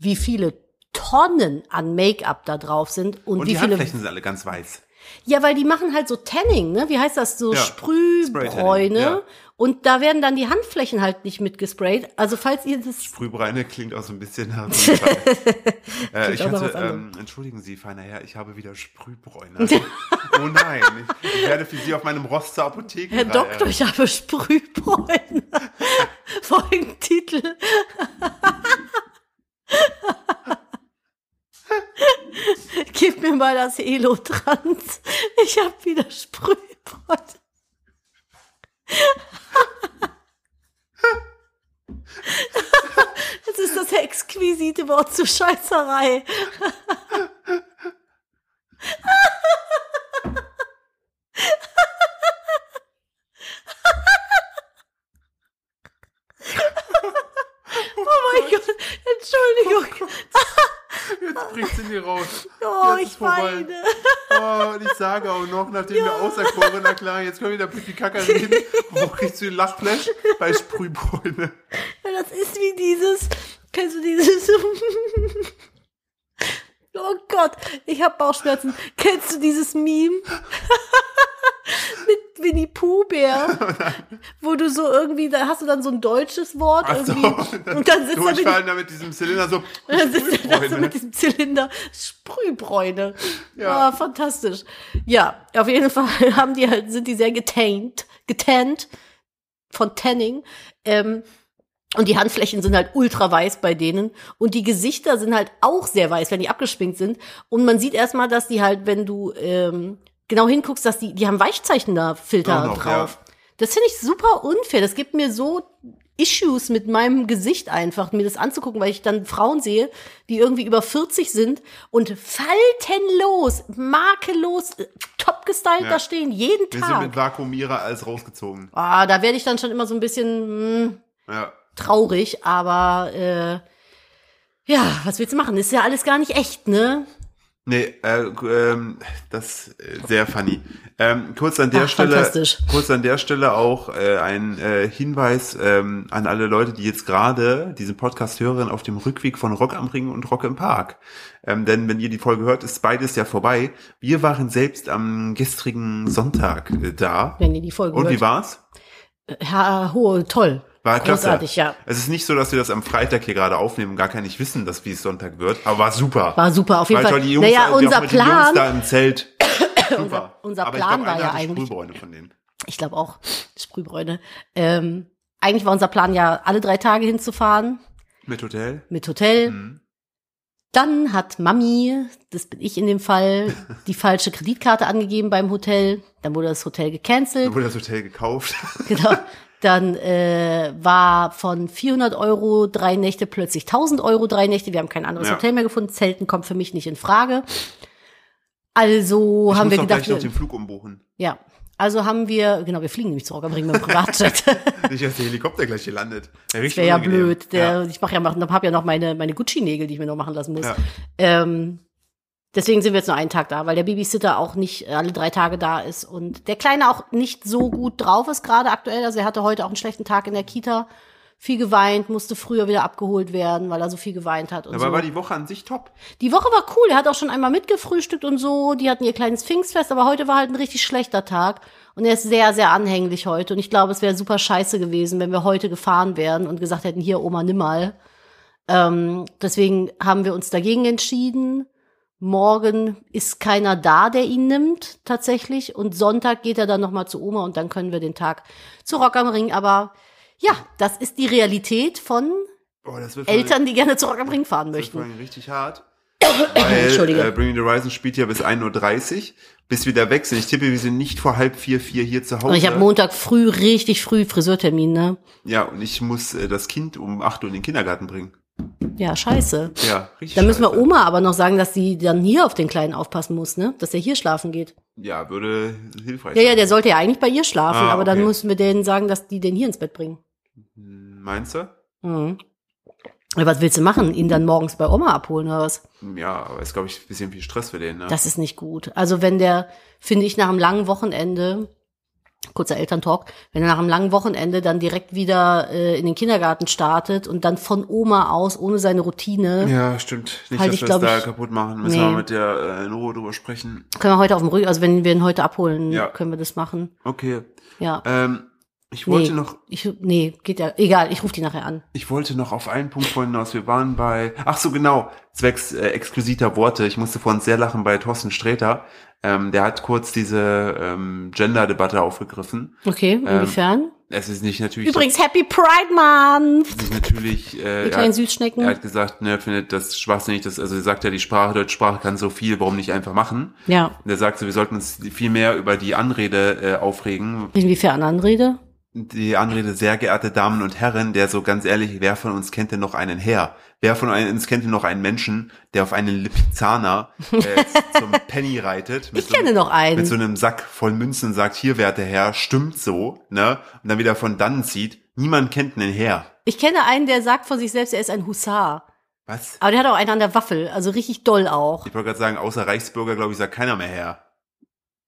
Speaker 2: wie viele Tonnen an Make-up da drauf sind und,
Speaker 1: Und
Speaker 2: wie
Speaker 1: die
Speaker 2: viele.
Speaker 1: Handflächen sind alle ganz weiß.
Speaker 2: Ja, weil die machen halt so Tanning, ne? Wie heißt das? So
Speaker 1: Ja, Spray-Tanning,
Speaker 2: Sprühbräune.
Speaker 1: ja.
Speaker 2: Und da werden dann die Handflächen halt nicht mitgesprayt. Also falls ihr das.
Speaker 1: Frühbreine klingt auch so ein bisschen nach. äh, ich
Speaker 2: auch nach
Speaker 1: hatte,
Speaker 2: was
Speaker 1: ähm,
Speaker 2: anderem.
Speaker 1: entschuldigen Sie, feiner Herr, ich habe wieder Sprühbräune. oh nein, ich, ich werde für Sie auf meinem Ross zur Apotheke.
Speaker 2: Herr
Speaker 1: reiten.
Speaker 2: Doktor, ich habe Sprühbräune. Folgenden Titel. Gib mir mal das Elotrans. Ich habe wieder Sprühbräune. Das ist das exquisite Wort zur Scheißerei. Oh mein Gott, Entschuldigung.
Speaker 1: Jetzt bringt sie mir raus.
Speaker 2: Oh,
Speaker 1: Oh Jetzt ist
Speaker 2: ich
Speaker 1: vorbei.
Speaker 2: weine.
Speaker 1: Oh, und ich sage auch noch, nachdem wir auserkoren, na klar, jetzt können wir wieder Pipi-Kacker reden. Wo kriegst du den Lachflash? Bei Sprühbräune.
Speaker 2: Ja, das ist wie dieses, kennst du dieses? oh Gott, ich habe Bauchschmerzen. Kennst du dieses Meme mit Winnie Pooh Bär, wo du so irgendwie, da hast du dann so ein deutsches Wort
Speaker 1: Ach so,
Speaker 2: irgendwie und dann sitzt da Winnie
Speaker 1: durchfallen da mit diesem Zylinder so.
Speaker 2: und dann sitzt er da so
Speaker 1: Sprühbräune.
Speaker 2: mit diesem Zylinder. Sprühbräune.
Speaker 1: Ja.
Speaker 2: Ja. Ah, fantastisch. Ja, auf jeden Fall haben die halt, sind die sehr getannt, getannt von Tanning. Ähm, und die Handflächen sind halt ultra weiß bei denen. Und die Gesichter sind halt auch sehr weiß, wenn die abgeschminkt sind. Und man sieht erstmal, dass die halt, wenn du ähm, genau hinguckst, dass die, die haben Weichzeichnerfilter
Speaker 1: Auch noch,
Speaker 2: drauf. Das finde ich super unfair. Das gibt mir so Issues mit meinem Gesicht einfach, mir das anzugucken, weil ich dann Frauen sehe, die irgendwie über 40 sind und faltenlos, makellos, äh, top gestylt
Speaker 1: Ja.
Speaker 2: da stehen, jeden
Speaker 1: Wir sind mit
Speaker 2: Tag.
Speaker 1: Vakuumierer alles rausgezogen.
Speaker 2: Ah, da werde ich dann schon immer so ein bisschen mh,
Speaker 1: Ja.
Speaker 2: traurig, aber äh, ja, was willst du machen? Ist ja alles gar nicht echt, ne?
Speaker 1: Nee, äh, ähm, das äh, sehr funny. Ähm, kurz an der
Speaker 2: Ach,
Speaker 1: Stelle,
Speaker 2: fantastisch.
Speaker 1: kurz an der Stelle auch äh, ein äh, Hinweis ähm, an alle Leute, die jetzt gerade diesen Podcast hören auf dem Rückweg von Rock am Ring und Rock im Park. Ähm, denn wenn ihr die Folge hört, ist beides ja vorbei. Wir waren selbst am gestrigen Sonntag äh, da.
Speaker 2: Wenn ihr die Folge
Speaker 1: Und wie
Speaker 2: hört.
Speaker 1: war's?
Speaker 2: Ja, ho, toll.
Speaker 1: War klasse.
Speaker 2: Großartig, ja.
Speaker 1: Es ist nicht so, dass wir das am Freitag hier gerade aufnehmen und gar gar nicht wissen, dass wie es Sonntag wird, aber war super.
Speaker 2: War super, auf jeden
Speaker 1: Weil
Speaker 2: Fall.
Speaker 1: schon die Jungs,
Speaker 2: naja,
Speaker 1: also die
Speaker 2: unser
Speaker 1: auch mit den Jungs
Speaker 2: Plan,
Speaker 1: da im Zelt. Super.
Speaker 2: unser
Speaker 1: Aber
Speaker 2: Plan
Speaker 1: ich glaub,
Speaker 2: war
Speaker 1: einer
Speaker 2: ja
Speaker 1: hatte
Speaker 2: eigentlich-
Speaker 1: Sprühbräune von denen.
Speaker 2: ich glaube auch, Sprühbräune. Ähm, eigentlich war unser Plan ja, alle drei Tage hinzufahren
Speaker 1: Mit Hotel?
Speaker 2: mit Hotel.
Speaker 1: Mhm.
Speaker 2: Dann hat Mami, das bin ich in dem Fall, die falsche Kreditkarte angegeben beim Hotel. Dann wurde das Hotel
Speaker 1: Da
Speaker 2: gecancelt.
Speaker 1: wurde das Hotel gekauft.
Speaker 2: genau. Dann äh, war von 400 Euro drei Nächte plötzlich 1000 Euro drei Nächte. Wir haben kein anderes
Speaker 1: Ja.
Speaker 2: Hotel mehr gefunden. Zelten kommt für mich nicht in Frage. Also
Speaker 1: ich
Speaker 2: haben
Speaker 1: muss
Speaker 2: wir
Speaker 1: doch
Speaker 2: gedacht, äh,
Speaker 1: gleich noch
Speaker 2: wir,
Speaker 1: den Flug umbuchen.
Speaker 2: ja, also haben wir, genau, wir fliegen nämlich zurück, aber bringen wir einen Privatjet.
Speaker 1: Nicht, dass der Helikopter gleich hier landet. Wäre richtig
Speaker 2: Wäre ja
Speaker 1: unangenehm.
Speaker 2: blöd. Der,
Speaker 1: ja.
Speaker 2: Ich mache ja, habe ja noch meine, meine Gucci-Nägel, die ich mir noch machen lassen muss.
Speaker 1: Ja.
Speaker 2: Ähm, deswegen sind wir jetzt nur einen Tag da, weil der Babysitter auch nicht alle drei Tage da ist und der Kleine auch nicht so gut drauf ist gerade aktuell. Also er hatte heute auch einen schlechten Tag in der Kita, viel geweint, musste früher wieder abgeholt werden, weil er so viel geweint hat und
Speaker 1: Aber
Speaker 2: so.
Speaker 1: war
Speaker 2: die,
Speaker 1: die Woche an sich top.
Speaker 2: Woche war cool. Er hat auch schon einmal mitgefrühstückt und so. Die hatten ihr kleines Pfingstfest, aber heute war halt ein richtig schlechter Tag. Und er ist sehr, sehr anhänglich heute. Und ich glaube, es wäre super scheiße gewesen, wenn wir heute gefahren wären und gesagt hätten, hier, Oma, nimm mal. Ähm, deswegen haben wir uns dagegen entschieden. Morgen ist keiner da, der ihn nimmt, tatsächlich. Und Sonntag geht er dann nochmal zu Oma und dann können wir den Tag zu Rock am Ring. Aber ja, das ist die Realität von
Speaker 1: Oh, das wird
Speaker 2: Eltern, die gerne zu Rock am Ring fahren
Speaker 1: Das wird vor
Speaker 2: möchten.
Speaker 1: allem richtig hart. Weil
Speaker 2: Entschuldige.
Speaker 1: äh, Bring Me the Horizon spielt ja bis 1.30 Uhr, bis wir da weg sind. Ich tippe, wir sind nicht vor halb vier, vier hier zu Hause.
Speaker 2: Und ich habe Montag früh, richtig früh Friseurtermin, ne?
Speaker 1: ja, und ich muss äh, das Kind um 8 Uhr in den Kindergarten bringen.
Speaker 2: Ja, scheiße.
Speaker 1: Ja, richtig.
Speaker 2: Dann müssen wir
Speaker 1: scheiße.
Speaker 2: Oma aber noch sagen, dass sie dann hier auf den Kleinen aufpassen muss, ne? Dass er hier schlafen geht.
Speaker 1: Ja, würde hilfreich
Speaker 2: Ja,
Speaker 1: sein.
Speaker 2: ja, der sollte ja eigentlich bei ihr schlafen,
Speaker 1: Ah,
Speaker 2: aber dann
Speaker 1: okay.
Speaker 2: müssen wir denen sagen, dass die den hier ins Bett bringen.
Speaker 1: Hm, Meinst du?
Speaker 2: Mhm. Ja, Was willst du machen? Ihn dann morgens bei Oma abholen oder was?
Speaker 1: Ja, aber ist, glaube ich, ein bisschen viel Stress für den, ne?
Speaker 2: Das ist nicht gut. Also wenn der, finde ich, nach einem langen Wochenende, kurzer Elterntalk, wenn er nach einem langen Wochenende dann direkt wieder äh, in den Kindergarten startet und dann von Oma aus, ohne seine Routine,
Speaker 1: ja, stimmt. Nicht,
Speaker 2: Halt
Speaker 1: dass
Speaker 2: äh,
Speaker 1: wir
Speaker 2: ich,
Speaker 1: es
Speaker 2: glaub
Speaker 1: da
Speaker 2: ich-
Speaker 1: kaputt machen. Müssen wir
Speaker 2: Nee.
Speaker 1: mit der äh, in Ruhe drüber sprechen.
Speaker 2: können wir heute auf dem Rück, also wenn wir ihn heute abholen,
Speaker 1: Ja.
Speaker 2: können wir das machen.
Speaker 1: Okay.
Speaker 2: Ja.
Speaker 1: Ähm, ich
Speaker 2: Nee.
Speaker 1: wollte noch
Speaker 2: Ich, nee, geht ja. Egal, ich rufe die nachher an.
Speaker 1: Ich wollte noch auf einen Punkt vorhin hinaus. Wir waren bei, ach so genau, zwecks äh, exquisiter Worte. Ich musste vorhin sehr lachen bei Thorsten Sträter. Ähm, der hat kurz diese ähm, Gender-Debatte aufgegriffen.
Speaker 2: Okay, inwiefern?
Speaker 1: Es ist nicht natürlich,
Speaker 2: Übrigens, Happy Pride Month!
Speaker 1: es ist natürlich, äh,
Speaker 2: Die
Speaker 1: er,
Speaker 2: kleinen
Speaker 1: hat,
Speaker 2: Süßschnecken.
Speaker 1: er hat gesagt, ne, er findet das schwachsinnig, dass, also er sagt ja, die Sprache, deutsche Sprache kann so viel, warum nicht einfach machen?
Speaker 2: ja.
Speaker 1: Und er sagt so, wir sollten uns viel mehr über die Anrede äh, aufregen,
Speaker 2: Inwiefern Anrede?
Speaker 1: die Anrede, sehr geehrte Damen und Herren, der so ganz ehrlich, wer von uns kennt denn noch einen Herr? Wer von uns kennt denn noch einen Menschen, der auf einen Lipizzaner äh, zum Penny reitet? mit
Speaker 2: Ich
Speaker 1: so einem-
Speaker 2: kenne noch einen.
Speaker 1: Mit so einem Sack voll Münzen sagt, hier, werte Herr, stimmt so, ne? Und dann wieder von dannen zieht. Niemand kennt einen Herr.
Speaker 2: Ich kenne einen, der sagt von sich selbst, er ist ein Hussar.
Speaker 1: Was?
Speaker 2: Aber der hat auch einen an der Waffel, also richtig doll auch.
Speaker 1: Ich wollte gerade sagen, außer Reichsbürger, glaube ich, sagt keiner mehr Herr.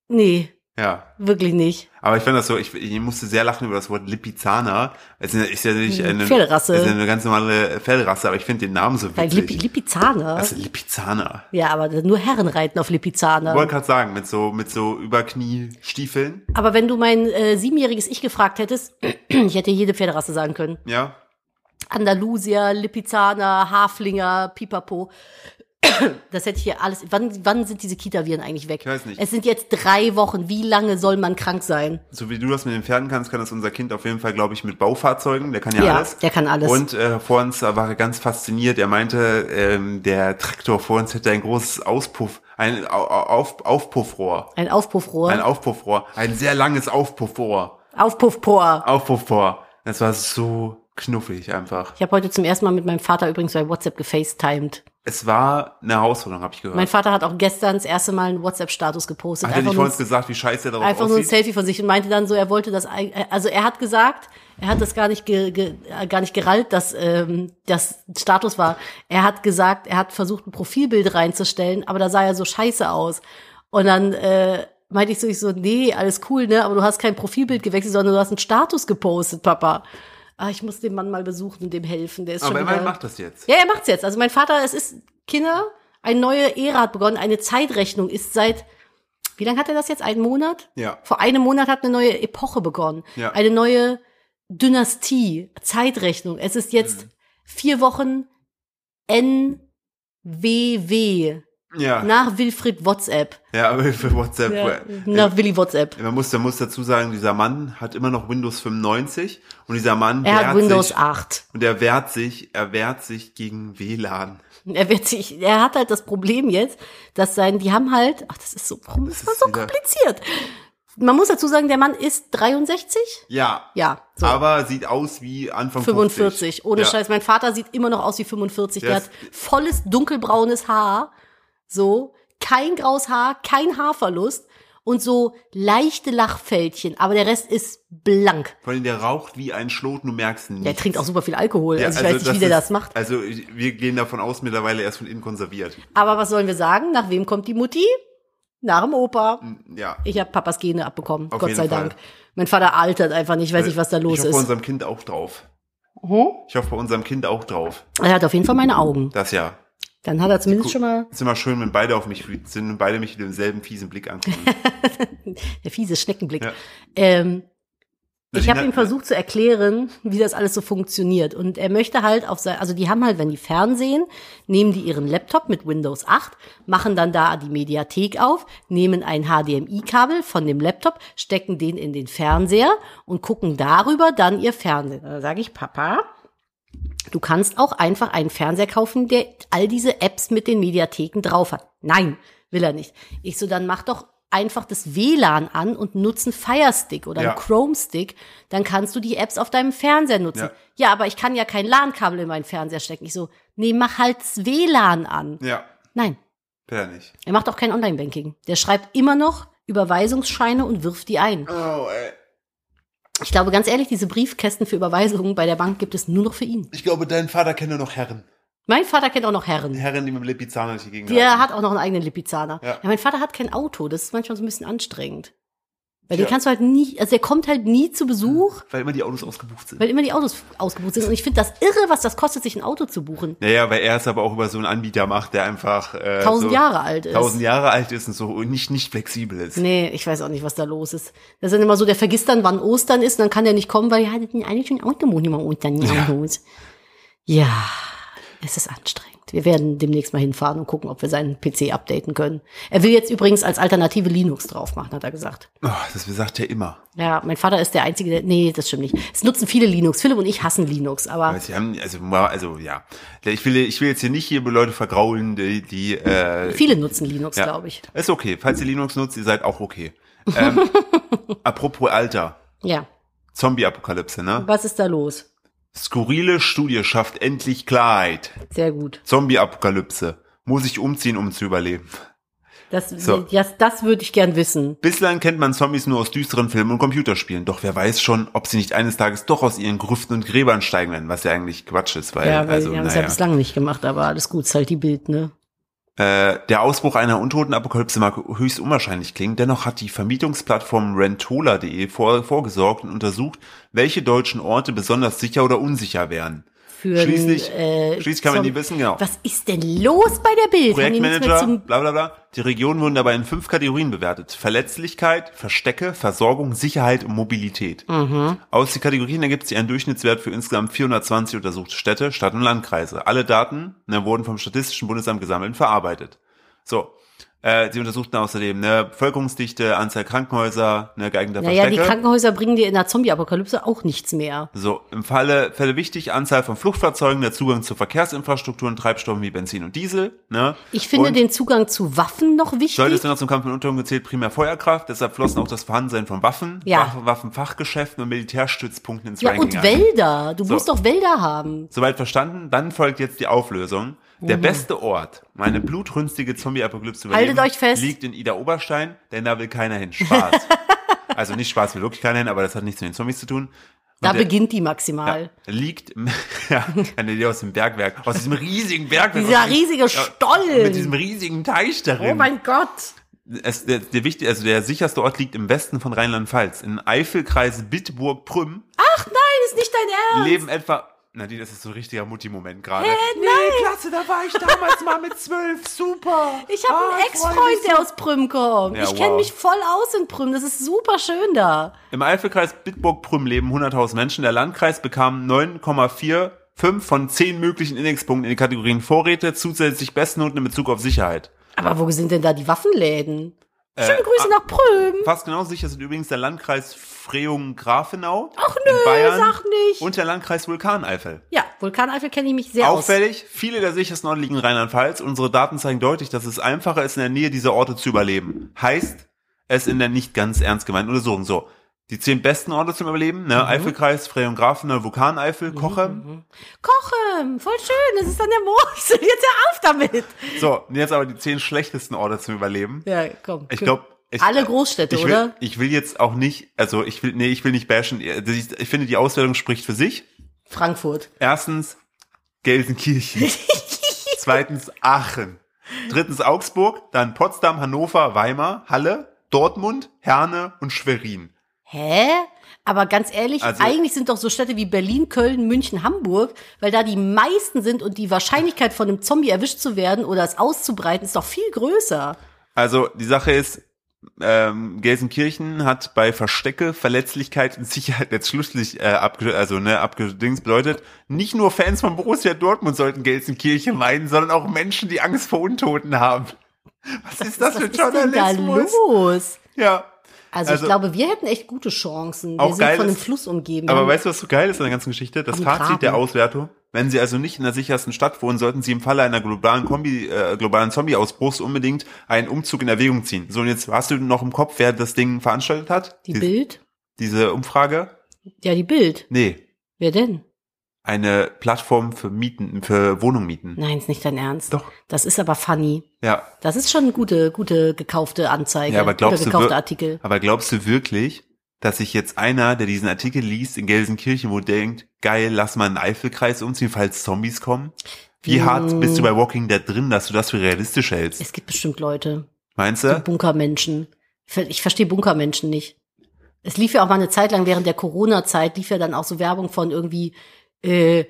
Speaker 2: Nee,
Speaker 1: Ja.
Speaker 2: wirklich nicht.
Speaker 1: Aber ich fand das so, ich, ich musste sehr lachen über das Wort Lipizzaner. Es ist ja
Speaker 2: Mhm,
Speaker 1: nicht eine,
Speaker 2: Hm, Pferderasse.
Speaker 1: Es ist eine ganz normale Pferderasse, aber ich finde den Namen so
Speaker 2: Bei
Speaker 1: witzig.
Speaker 2: Lippi, Lipizzaner.
Speaker 1: Das ist Lipizzaner.
Speaker 2: ja, aber nur Herren reiten auf
Speaker 1: Ich
Speaker 2: Lipizzaner.
Speaker 1: wollte gerade sagen, mit so, mit so Überkniestiefeln.
Speaker 2: Aber wenn du mein äh, siebenjähriges Ich gefragt hättest, ich hätte jede Pferderasse sagen können.
Speaker 1: Ja.
Speaker 2: Andalusier, Lipizzaner, Haflinger, Pipapo. Das hätte ich hier alles. Wann, wann sind diese Kita-Viren eigentlich weg?
Speaker 1: Ich weiß nicht.
Speaker 2: Es sind jetzt drei Wochen. Wie lange soll man krank sein?
Speaker 1: So wie du das mit den Pferden kannst, kann das unser Kind auf jeden Fall, glaube ich, mit Baufahrzeugen. Der kann ja,
Speaker 2: Ja,
Speaker 1: alles.
Speaker 2: der kann alles.
Speaker 1: Und äh, vor uns war er ganz fasziniert. Er meinte, ähm, der Traktor vor uns hätte ein großes Auspuff, ein Au- Au- auf, Aufpuffrohr.
Speaker 2: Ein Aufpuffrohr.
Speaker 1: Ein Aufpuffrohr. Ein sehr langes Aufpuffrohr.
Speaker 2: Aufpuffrohr.
Speaker 1: Aufpuffrohr. Das war so knuffig einfach.
Speaker 2: Ich habe heute zum ersten Mal mit meinem Vater übrigens bei WhatsApp gefacetimed.
Speaker 1: Es war eine Herausforderung, habe ich gehört.
Speaker 2: Mein Vater hat auch gestern das erste Mal einen WhatsApp-Status gepostet.
Speaker 1: Hat er
Speaker 2: einfach
Speaker 1: nicht
Speaker 2: nur,
Speaker 1: vorhin gesagt, wie scheiße er darauf
Speaker 2: einfach nur ein
Speaker 1: aussieht?
Speaker 2: Selfie von sich und meinte dann so, äh, er wollte das, eig- also er hat gesagt, Er hat das gar nicht, ge, ge, äh, gar nicht gerallt, dass ähm, das ein Status war. Er hat gesagt, er hat versucht, ein Profilbild reinzustellen, aber da sah er so scheiße aus. Und dann äh, meinte ich so, ich so, nee, alles cool, ne? Aber du hast kein Profilbild gewechselt, sondern du hast einen Status gepostet, Papa. Ah, ich muss den Mann mal besuchen und dem helfen. Der ist
Speaker 1: Aber
Speaker 2: schon
Speaker 1: immerhin
Speaker 2: wieder-
Speaker 1: macht das jetzt.
Speaker 2: ja, er macht's jetzt. Also mein Vater, es ist Kinder, eine neue Ära hat begonnen, eine Zeitrechnung ist seit wie lange hat er das jetzt? Einen Monat?
Speaker 1: Ja.
Speaker 2: Vor einem Monat hat eine neue Epoche begonnen.
Speaker 1: Ja.
Speaker 2: Eine neue Dynastie, Zeitrechnung. Es ist jetzt vier Wochen NWW
Speaker 1: Ja,
Speaker 2: nach Wilfried WhatsApp.
Speaker 1: Ah. ja aber für WhatsApp.
Speaker 2: Ja,
Speaker 1: äh,
Speaker 2: nach Willi WhatsApp.
Speaker 1: Man muss, man muss dazu sagen, dieser Mann hat immer noch Windows 95 und dieser Mann
Speaker 2: Er hat
Speaker 1: wehrt
Speaker 2: Windows
Speaker 1: sich,
Speaker 2: 8.
Speaker 1: und er wehrt sich, er wehrt sich gegen WLAN.
Speaker 2: Er, wird sich, er hat halt das Problem jetzt, dass sein, die haben halt, ach, das ist so, warum ist
Speaker 1: Das
Speaker 2: das
Speaker 1: ist
Speaker 2: so
Speaker 1: wieder-
Speaker 2: kompliziert? Man muss dazu sagen, der Mann ist 63?
Speaker 1: Ja,
Speaker 2: Ja, so.
Speaker 1: aber sieht aus wie Anfang
Speaker 2: 45,
Speaker 1: 45.
Speaker 2: ohne
Speaker 1: ja.
Speaker 2: Scheiß. Mein Vater sieht immer noch aus wie 45. Der
Speaker 1: Das-
Speaker 2: hat volles dunkelbraunes Haar, so, kein graues Haar, kein Haarverlust und so leichte Lachfältchen, aber der Rest ist blank.
Speaker 1: Vor allem, der raucht wie ein Schlot, du merkst ihn
Speaker 2: Der
Speaker 1: nicht.
Speaker 2: trinkt auch super viel Alkohol,
Speaker 1: Ja,
Speaker 2: also ich weiß nicht, wie der
Speaker 1: ist-
Speaker 2: das macht.
Speaker 1: Also ich- wir gehen davon aus, mittlerweile erst von innen konserviert.
Speaker 2: Aber was sollen wir sagen? Nach wem kommt die Mutti? Nach dem Opa.
Speaker 1: Ja.
Speaker 2: Ich habe Papas Gene abbekommen,
Speaker 1: Auf
Speaker 2: Gott
Speaker 1: jeden
Speaker 2: sei
Speaker 1: Fall.
Speaker 2: Dank. Mein Vater altert einfach nicht, ich weiß nicht, was da los
Speaker 1: ich hoffe bei
Speaker 2: ist.
Speaker 1: unserem Kind auch drauf.
Speaker 2: Mhm.
Speaker 1: Ich hoffe bei unserem Kind auch drauf.
Speaker 2: Er hat auf jeden Fall meine Augen.
Speaker 1: Das ja.
Speaker 2: Dann hat er zumindest
Speaker 1: Gu-
Speaker 2: schon mal
Speaker 1: Ist immer schön, wenn beide auf mich wütend sind und beide mich mit demselben fiesen Blick angucken.
Speaker 2: der fiese Schneckenblick.
Speaker 1: Ja.
Speaker 2: Ähm, ich
Speaker 1: Nadine
Speaker 2: habe
Speaker 1: hat-
Speaker 2: ihm versucht zu erklären, wie das alles so funktioniert. Und er möchte halt auf sein, also die haben halt, wenn die Fernsehen, nehmen die ihren Laptop mit Windows 8, machen dann da die Mediathek auf, nehmen ein HDMI-Kabel von dem Laptop, stecken den in den Fernseher und gucken darüber dann ihr Fernsehen. Da sage ich, Papa, Du kannst auch einfach einen Fernseher kaufen, der all diese Apps mit den Mediatheken drauf hat. Nein, will er nicht. Ich so, dann mach doch einfach das WLAN an und nutze einen Firestick oder
Speaker 1: Ja.
Speaker 2: einen Chrome-Stick. Dann kannst du die Apps auf deinem Fernseher nutzen. Ja, aber ich kann ja kein LAN-Kabel in meinen Fernseher stecken. Ich so, nee, mach halt das WLAN an.
Speaker 1: Ja,
Speaker 2: Nein,
Speaker 1: will er nicht.
Speaker 2: er macht auch kein Online-Banking. Der schreibt immer noch Überweisungsscheine und wirft die ein.
Speaker 1: Oh, ey.
Speaker 2: Ich glaube, ganz ehrlich, diese Briefkästen für Überweisungen bei der Bank gibt es nur noch für ihn.
Speaker 1: Ich glaube, dein Vater kennt nur noch Herren.
Speaker 2: Mein Vater kennt auch noch Herren.
Speaker 1: Herren, die mit dem Lipizzaner durch die Gegend
Speaker 2: Der
Speaker 1: laufen.
Speaker 2: hat auch noch einen eigenen Lipizzaner. Ja.
Speaker 1: Ja.
Speaker 2: mein Vater hat kein Auto. Das ist manchmal so ein bisschen anstrengend. Weil den
Speaker 1: Tja.
Speaker 2: kannst du halt nie, also der kommt halt nie zu Besuch,
Speaker 1: Weil immer die Autos ausgebucht sind.
Speaker 2: weil immer die Autos ausgebucht sind. Und ich finde das irre, was das kostet, sich ein Auto zu buchen.
Speaker 1: Naja, weil er es aber auch über so einen Anbieter macht, der einfach äh,
Speaker 2: Tausend
Speaker 1: so
Speaker 2: Jahre alt ist.
Speaker 1: tausend Jahre alt ist und so nicht, nicht flexibel ist.
Speaker 2: Nee, ich weiß auch nicht, was da los ist. Das ist dann immer so, der vergisst dann, wann Ostern ist, und dann kann der nicht kommen, weil er hat ihn eigentlich schon Auto, wo immer Ostern nie
Speaker 1: Ja.
Speaker 2: Autos. Ja, es ist anstrengend. Wir werden demnächst mal hinfahren und gucken, ob wir seinen PC updaten können. Er will jetzt übrigens als Alternative Linux drauf machen, hat er gesagt.
Speaker 1: Oh, das sagt er immer.
Speaker 2: Ja, mein Vater ist der Einzige, der. Nee, das stimmt nicht. Es nutzen viele Linux. Philipp und ich hassen Linux, aber
Speaker 1: Weil sie haben, also, ma- also ja. Ich will, ich will jetzt hier nicht hier Leute vergraulen, die, die äh,
Speaker 2: viele nutzen Linux,
Speaker 1: ja.
Speaker 2: glaube ich.
Speaker 1: Ist okay. Falls ihr Linux nutzt, ihr seid auch okay. Ähm, apropos Alter.
Speaker 2: Ja.
Speaker 1: Zombie-Apokalypse, ne?
Speaker 2: Was ist da los?
Speaker 1: Skurrile Studie schafft endlich Klarheit.
Speaker 2: Sehr gut.
Speaker 1: Zombie-Apokalypse. Muss ich umziehen, um zu überleben.
Speaker 2: Das,
Speaker 1: So.
Speaker 2: das, das würde ich gern wissen.
Speaker 1: Bislang kennt man Zombies nur aus düsteren Filmen und Computerspielen. Doch wer weiß schon, ob sie nicht eines Tages doch aus ihren Grüften und Gräbern steigen werden, was ja eigentlich Quatsch ist, weil,
Speaker 2: Ja, weil
Speaker 1: also,
Speaker 2: wir haben es ja
Speaker 1: naja.
Speaker 2: bislang nicht gemacht, aber alles gut, ist halt die Bild, ne?
Speaker 1: Äh, der Ausbruch einer untoten Apokalypse mag höchst unwahrscheinlich klingen, dennoch hat die Vermietungsplattform rentola.de vor, vorgesorgt und untersucht, welche deutschen Orte besonders sicher oder unsicher wären.
Speaker 2: Für
Speaker 1: Schließlich- schließlich kann man
Speaker 2: Zom-
Speaker 1: die wissen, genau.
Speaker 2: Was ist denn los bei der Bild? Haben die nichts mehr
Speaker 1: Projektmanager,
Speaker 2: zum-
Speaker 1: bla bla bla. Die Regionen wurden dabei in fünf Kategorien bewertet. Verletzlichkeit, Verstecke, Versorgung, Sicherheit und Mobilität.
Speaker 2: Mhm.
Speaker 1: Aus den Kategorien ergibt sich ein Durchschnittswert für insgesamt 420 untersuchte Städte, Stadt- und Landkreise. Alle Daten ne, wurden vom Statistischen Bundesamt gesammelt und verarbeitet. So. Äh, sie untersuchten außerdem ne, Bevölkerungsdichte, Anzahl Krankenhäuser, ne, geeigneter
Speaker 2: naja, die
Speaker 1: Verstecke.
Speaker 2: Krankenhäuser bringen dir in der Zombie-Apokalypse auch nichts mehr.
Speaker 1: So, im Falle Fälle wichtig, Anzahl von Fluchtfahrzeugen, der Zugang zu Verkehrsinfrastrukturen, Treibstoffen wie Benzin und Diesel. Ne?
Speaker 2: Ich finde
Speaker 1: und
Speaker 2: den Zugang zu Waffen noch wichtig.
Speaker 1: Sollte es noch zum Kampf mit Untergrund gezählt, primär Feuerkraft, deshalb flossen auch das Vorhandensein von Waffen,
Speaker 2: Ja.
Speaker 1: Waffen Waffenfachgeschäften und Militärstützpunkten ins
Speaker 2: ja,
Speaker 1: Ranking
Speaker 2: und
Speaker 1: ein.
Speaker 2: Wälder. Du musst doch Wälder haben.
Speaker 1: Soweit verstanden, dann folgt jetzt die Auflösung. Der
Speaker 2: Mhm.
Speaker 1: beste Ort, meine blutrünstige Zombie-Apokalypse zu
Speaker 2: Haltet
Speaker 1: überleben,
Speaker 2: euch fest.
Speaker 1: liegt in Ida Oberstein, denn da will keiner hin. Spaß. also nicht Spaß will wirklich keiner hin, aber das hat nichts mit den Zombies zu tun.
Speaker 2: Da
Speaker 1: Und der-
Speaker 2: beginnt die maximal.
Speaker 1: liegt ja, eine Idee aus dem Bergwerk, aus diesem riesigen Bergwerk.
Speaker 2: Dieser
Speaker 1: aus diesem-
Speaker 2: riesige Stollen.
Speaker 1: Mit diesem riesigen Teich darin.
Speaker 2: Oh mein Gott.
Speaker 1: es, der, der, wichtig, also der sicherste Ort liegt im Westen von Rheinland-Pfalz. Im Eifelkreis Bitburg-Prüm
Speaker 2: Ach nein, ist nicht dein Ernst.
Speaker 1: leben etwa. Nadine, das ist so ein richtiger Mutti-Moment gerade. nee, klasse, da war ich damals mal mit zwölf. Super.
Speaker 2: Ich habe
Speaker 1: Ah, freu
Speaker 2: einen
Speaker 1: mich
Speaker 2: Ex-Freund,
Speaker 1: so.
Speaker 2: der aus Prüm kommt.
Speaker 1: Ja,
Speaker 2: ich kenne
Speaker 1: wow.
Speaker 2: mich voll aus in Prüm. Das ist super schön da.
Speaker 1: Im Eifelkreis Bitburg-Prüm leben 100.000 Menschen. Der Landkreis bekam 9,45 von 10 möglichen Indexpunkten in den Kategorien Vorräte, zusätzlich Bestnoten in Bezug auf Sicherheit.
Speaker 2: Aber wo sind denn da die Waffenläden?
Speaker 1: Äh,
Speaker 2: Schöne Grüße
Speaker 1: ah.
Speaker 2: nach Prüm.
Speaker 1: Fast genau sicher sind übrigens der Landkreis Freyung-Grafenau
Speaker 2: Ach nö,
Speaker 1: in Bayern
Speaker 2: sag nicht.
Speaker 1: und der Landkreis Vulkaneifel.
Speaker 2: Ja, Vulkaneifel kenne ich mich sehr aus.
Speaker 1: Auffällig, viele der sichersten Orte liegen in Rheinland-Pfalz. Unsere Daten zeigen deutlich, dass es einfacher ist, in der Nähe dieser Orte zu überleben. Heißt, es in der nicht ganz ernst gemeinten Untersuchung. So, die zehn besten Orte zum Überleben,
Speaker 2: Mhm.
Speaker 1: ne? Eifelkreis, Freyung Grafenau, Vulkaneifel, Kochem.
Speaker 2: Kochem, voll schön. Es ist an der Mosel. Jetzt hör auf damit.
Speaker 1: So, und jetzt aber die zehn schlechtesten Orte zum Überleben.
Speaker 2: Ja, komm.
Speaker 1: Ich glaube, ich, äh,
Speaker 2: Alle Großstädte,
Speaker 1: ich will,
Speaker 2: oder?
Speaker 1: Ich will jetzt auch nicht, also ich will, nee, ich will nicht bashen. Ich, ich finde, die Auswertung spricht für sich.
Speaker 2: Frankfurt.
Speaker 1: Erstens Gelsenkirchen. Zweitens Aachen. Drittens Augsburg, dann Potsdam, Hannover, Weimar, Halle, Dortmund, Herne und Schwerin.
Speaker 2: Hä? Aber ganz ehrlich,
Speaker 1: Also-
Speaker 2: eigentlich sind doch so Städte wie Berlin, Köln, München, Hamburg, weil da die meisten sind und die Wahrscheinlichkeit von einem Zombie erwischt zu werden oder es auszubreiten, ist doch viel größer.
Speaker 1: Also die Sache ist, ähm, Gelsenkirchen hat bei Verstecke, Verletzlichkeit und Sicherheit jetzt schlusslich äh, abge also, ne, abgedings bedeutet, nicht nur Fans von Borussia Dortmund sollten Gelsenkirchen meiden, sondern auch Menschen, die Angst vor Untoten haben. Was ist das
Speaker 2: Was
Speaker 1: für
Speaker 2: ist denn da
Speaker 1: Journalismus?
Speaker 2: los?
Speaker 1: Ja.
Speaker 2: Also,
Speaker 1: Also-
Speaker 2: ich glaube, wir hätten echt gute Chancen. Wir
Speaker 1: Auch
Speaker 2: sind
Speaker 1: geil
Speaker 2: von einem
Speaker 1: ist-
Speaker 2: Fluss umgeben.
Speaker 1: Aber
Speaker 2: Ja.
Speaker 1: weißt du, was so geil ist an der ganzen Geschichte? Das
Speaker 2: Am
Speaker 1: Fazit
Speaker 2: Graben.
Speaker 1: der Auswertung. Wenn Sie also nicht in der sichersten Stadt wohnen, sollten Sie im Falle einer globalen Kombi, äh, globalen Zombie-Ausbruchs unbedingt einen Umzug in Erwägung ziehen. So, und jetzt hast du noch im Kopf, wer das Ding veranstaltet hat?
Speaker 2: die
Speaker 1: Dies-
Speaker 2: Bild?
Speaker 1: Diese Umfrage?
Speaker 2: Ja, die Bild.
Speaker 1: Nee.
Speaker 2: Wer denn?
Speaker 1: Eine Plattform für Mieten, für Wohnung mieten.
Speaker 2: Nein, ist nicht dein Ernst.
Speaker 1: Doch.
Speaker 2: Das ist aber funny.
Speaker 1: Ja.
Speaker 2: Das ist schon eine gute, gute gekaufte Anzeige.
Speaker 1: Ja, aber glaubst
Speaker 2: oder
Speaker 1: du
Speaker 2: gekaufte
Speaker 1: wir-
Speaker 2: Artikel.
Speaker 1: Aber glaubst du wirklich, dass sich jetzt einer, der diesen Artikel liest, in Gelsenkirchen wohl denkt, geil, lass mal einen Eifelkreis umziehen, falls Zombies kommen? Wie hart bist du bei Walking Dead drin, dass du das für realistisch hältst?
Speaker 2: Mm. Es gibt bestimmt Leute.
Speaker 1: Meinst
Speaker 2: So
Speaker 1: du?
Speaker 2: Bunkermenschen. Ver- Ich verstehe Bunkermenschen nicht. Es lief ja auch mal eine Zeit lang während der Corona-Zeit, lief ja dann auch so Werbung von irgendwie äh,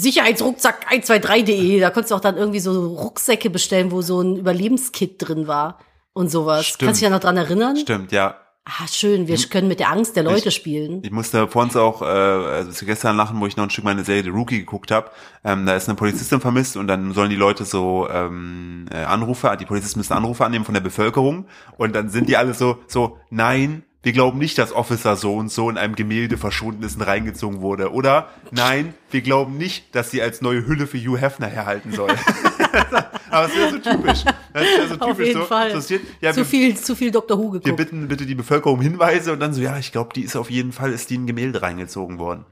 Speaker 2: Sicherheitsrucksack 123.de. Da konntest du auch dann irgendwie so Rucksäcke bestellen, wo so ein Überlebenskit drin war und sowas.
Speaker 1: Stimmt.
Speaker 2: Kannst du dich da noch dran erinnern?
Speaker 1: Stimmt, ja.
Speaker 2: Ah, schön, wir können mit der Angst der Leute
Speaker 1: Ich-
Speaker 2: spielen.
Speaker 1: Ich musste vor uns auch, äh, also zu gestern lachen, wo ich noch ein Stück meine Serie The Rookie geguckt habe. Ähm, da ist eine Polizistin vermisst und dann sollen die Leute so ähm, äh, Anrufe, die Polizisten müssen Anrufe annehmen von der Bevölkerung und dann sind die alle so, so, nein, wir glauben nicht, dass Officer so und so in einem Gemälde verschwunden ist und reingezogen wurde. Oder nein, wir glauben nicht, dass sie als neue Hülle für Hugh Hefner herhalten soll. Aber es wäre so typisch. Das wäre so typisch.
Speaker 2: Auf jeden
Speaker 1: so,
Speaker 2: Fall.
Speaker 1: interessiert- Ja,
Speaker 2: zu
Speaker 1: wir-
Speaker 2: viel, zu viel Dr. Who geguckt.
Speaker 1: wir bitten bitte die Bevölkerung um Hinweise und dann so, ja, ich glaube, die ist auf jeden Fall, ist die in ein Gemälde reingezogen worden.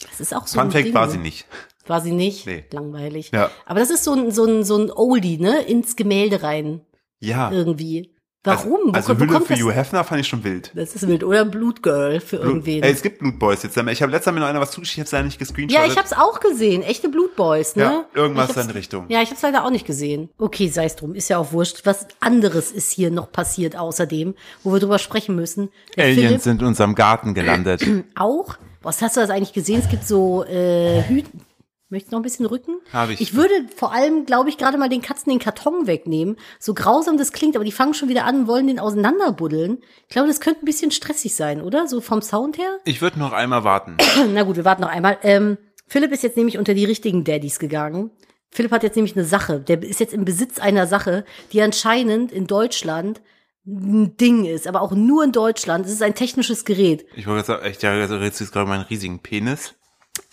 Speaker 2: das ist auch so
Speaker 1: Fun
Speaker 2: ein
Speaker 1: Fact
Speaker 2: Ding. ne?
Speaker 1: war sie nicht.
Speaker 2: War sie nicht?
Speaker 1: Nee.
Speaker 2: Langweilig.
Speaker 1: Ja.
Speaker 2: Aber das ist so ein, so ein, so ein Oldie, ne? Ins Gemälde rein
Speaker 1: Ja.
Speaker 2: irgendwie. Äh, Warum? Wo
Speaker 1: Ah. Also, also
Speaker 2: kommt- wo
Speaker 1: Hülle
Speaker 2: kommt
Speaker 1: für
Speaker 2: das
Speaker 1: Hugh Hefner fand ich schon wild.
Speaker 2: Das ist wild. Oder Blutgirl für
Speaker 1: Blut,
Speaker 2: irgendwen.
Speaker 1: ey, es gibt Blutboys jetzt. Ich habe letztes Mal mir noch einer was zugeschickt, ich habe es leider nicht gescreenshottet.
Speaker 2: ja, ich hab's auch gesehen. Echte Blutboys, ne?
Speaker 1: Ja, irgendwas
Speaker 2: Ich hab's-
Speaker 1: in Richtung.
Speaker 2: Ja, ich hab's leider auch nicht gesehen. Okay, sei's drum. Ist ja auch wurscht. Was anderes ist hier noch passiert außerdem, wo wir drüber sprechen müssen. Der Philipp
Speaker 1: sind in unserem Garten gelandet.
Speaker 2: auch. Was hast du das eigentlich gesehen? Es gibt so äh, Hüten. Möchtest du noch ein bisschen rücken?
Speaker 1: Hab ich.
Speaker 2: Ich würde vor allem, glaube ich, gerade mal den Katzen den Karton wegnehmen. So grausam das klingt, aber die fangen schon wieder an und wollen den auseinanderbuddeln. Ich glaube, das könnte ein bisschen stressig sein, oder? So vom Sound her?
Speaker 1: ich würde noch einmal warten.
Speaker 2: Na gut, wir warten noch einmal. Ähm, Philipp ist jetzt nämlich unter die richtigen Daddys gegangen. Philipp hat jetzt nämlich eine Sache. Der ist jetzt im Besitz einer Sache, die anscheinend in Deutschland ein Ding ist, aber auch nur in Deutschland. Es ist ein technisches Gerät.
Speaker 1: Ich wollte sagen, ich dachte, du redest jetzt gerade um meinen riesigen Penis.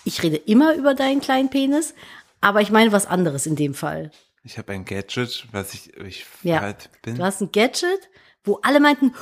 Speaker 2: Ich rede immer über deinen kleinen Penis, aber ich meine was anderes in dem Fall.
Speaker 1: Ich habe ein Gadget, was ich, ich
Speaker 2: Ja.
Speaker 1: halt bin.
Speaker 2: Du hast ein Gadget, wo alle meinten,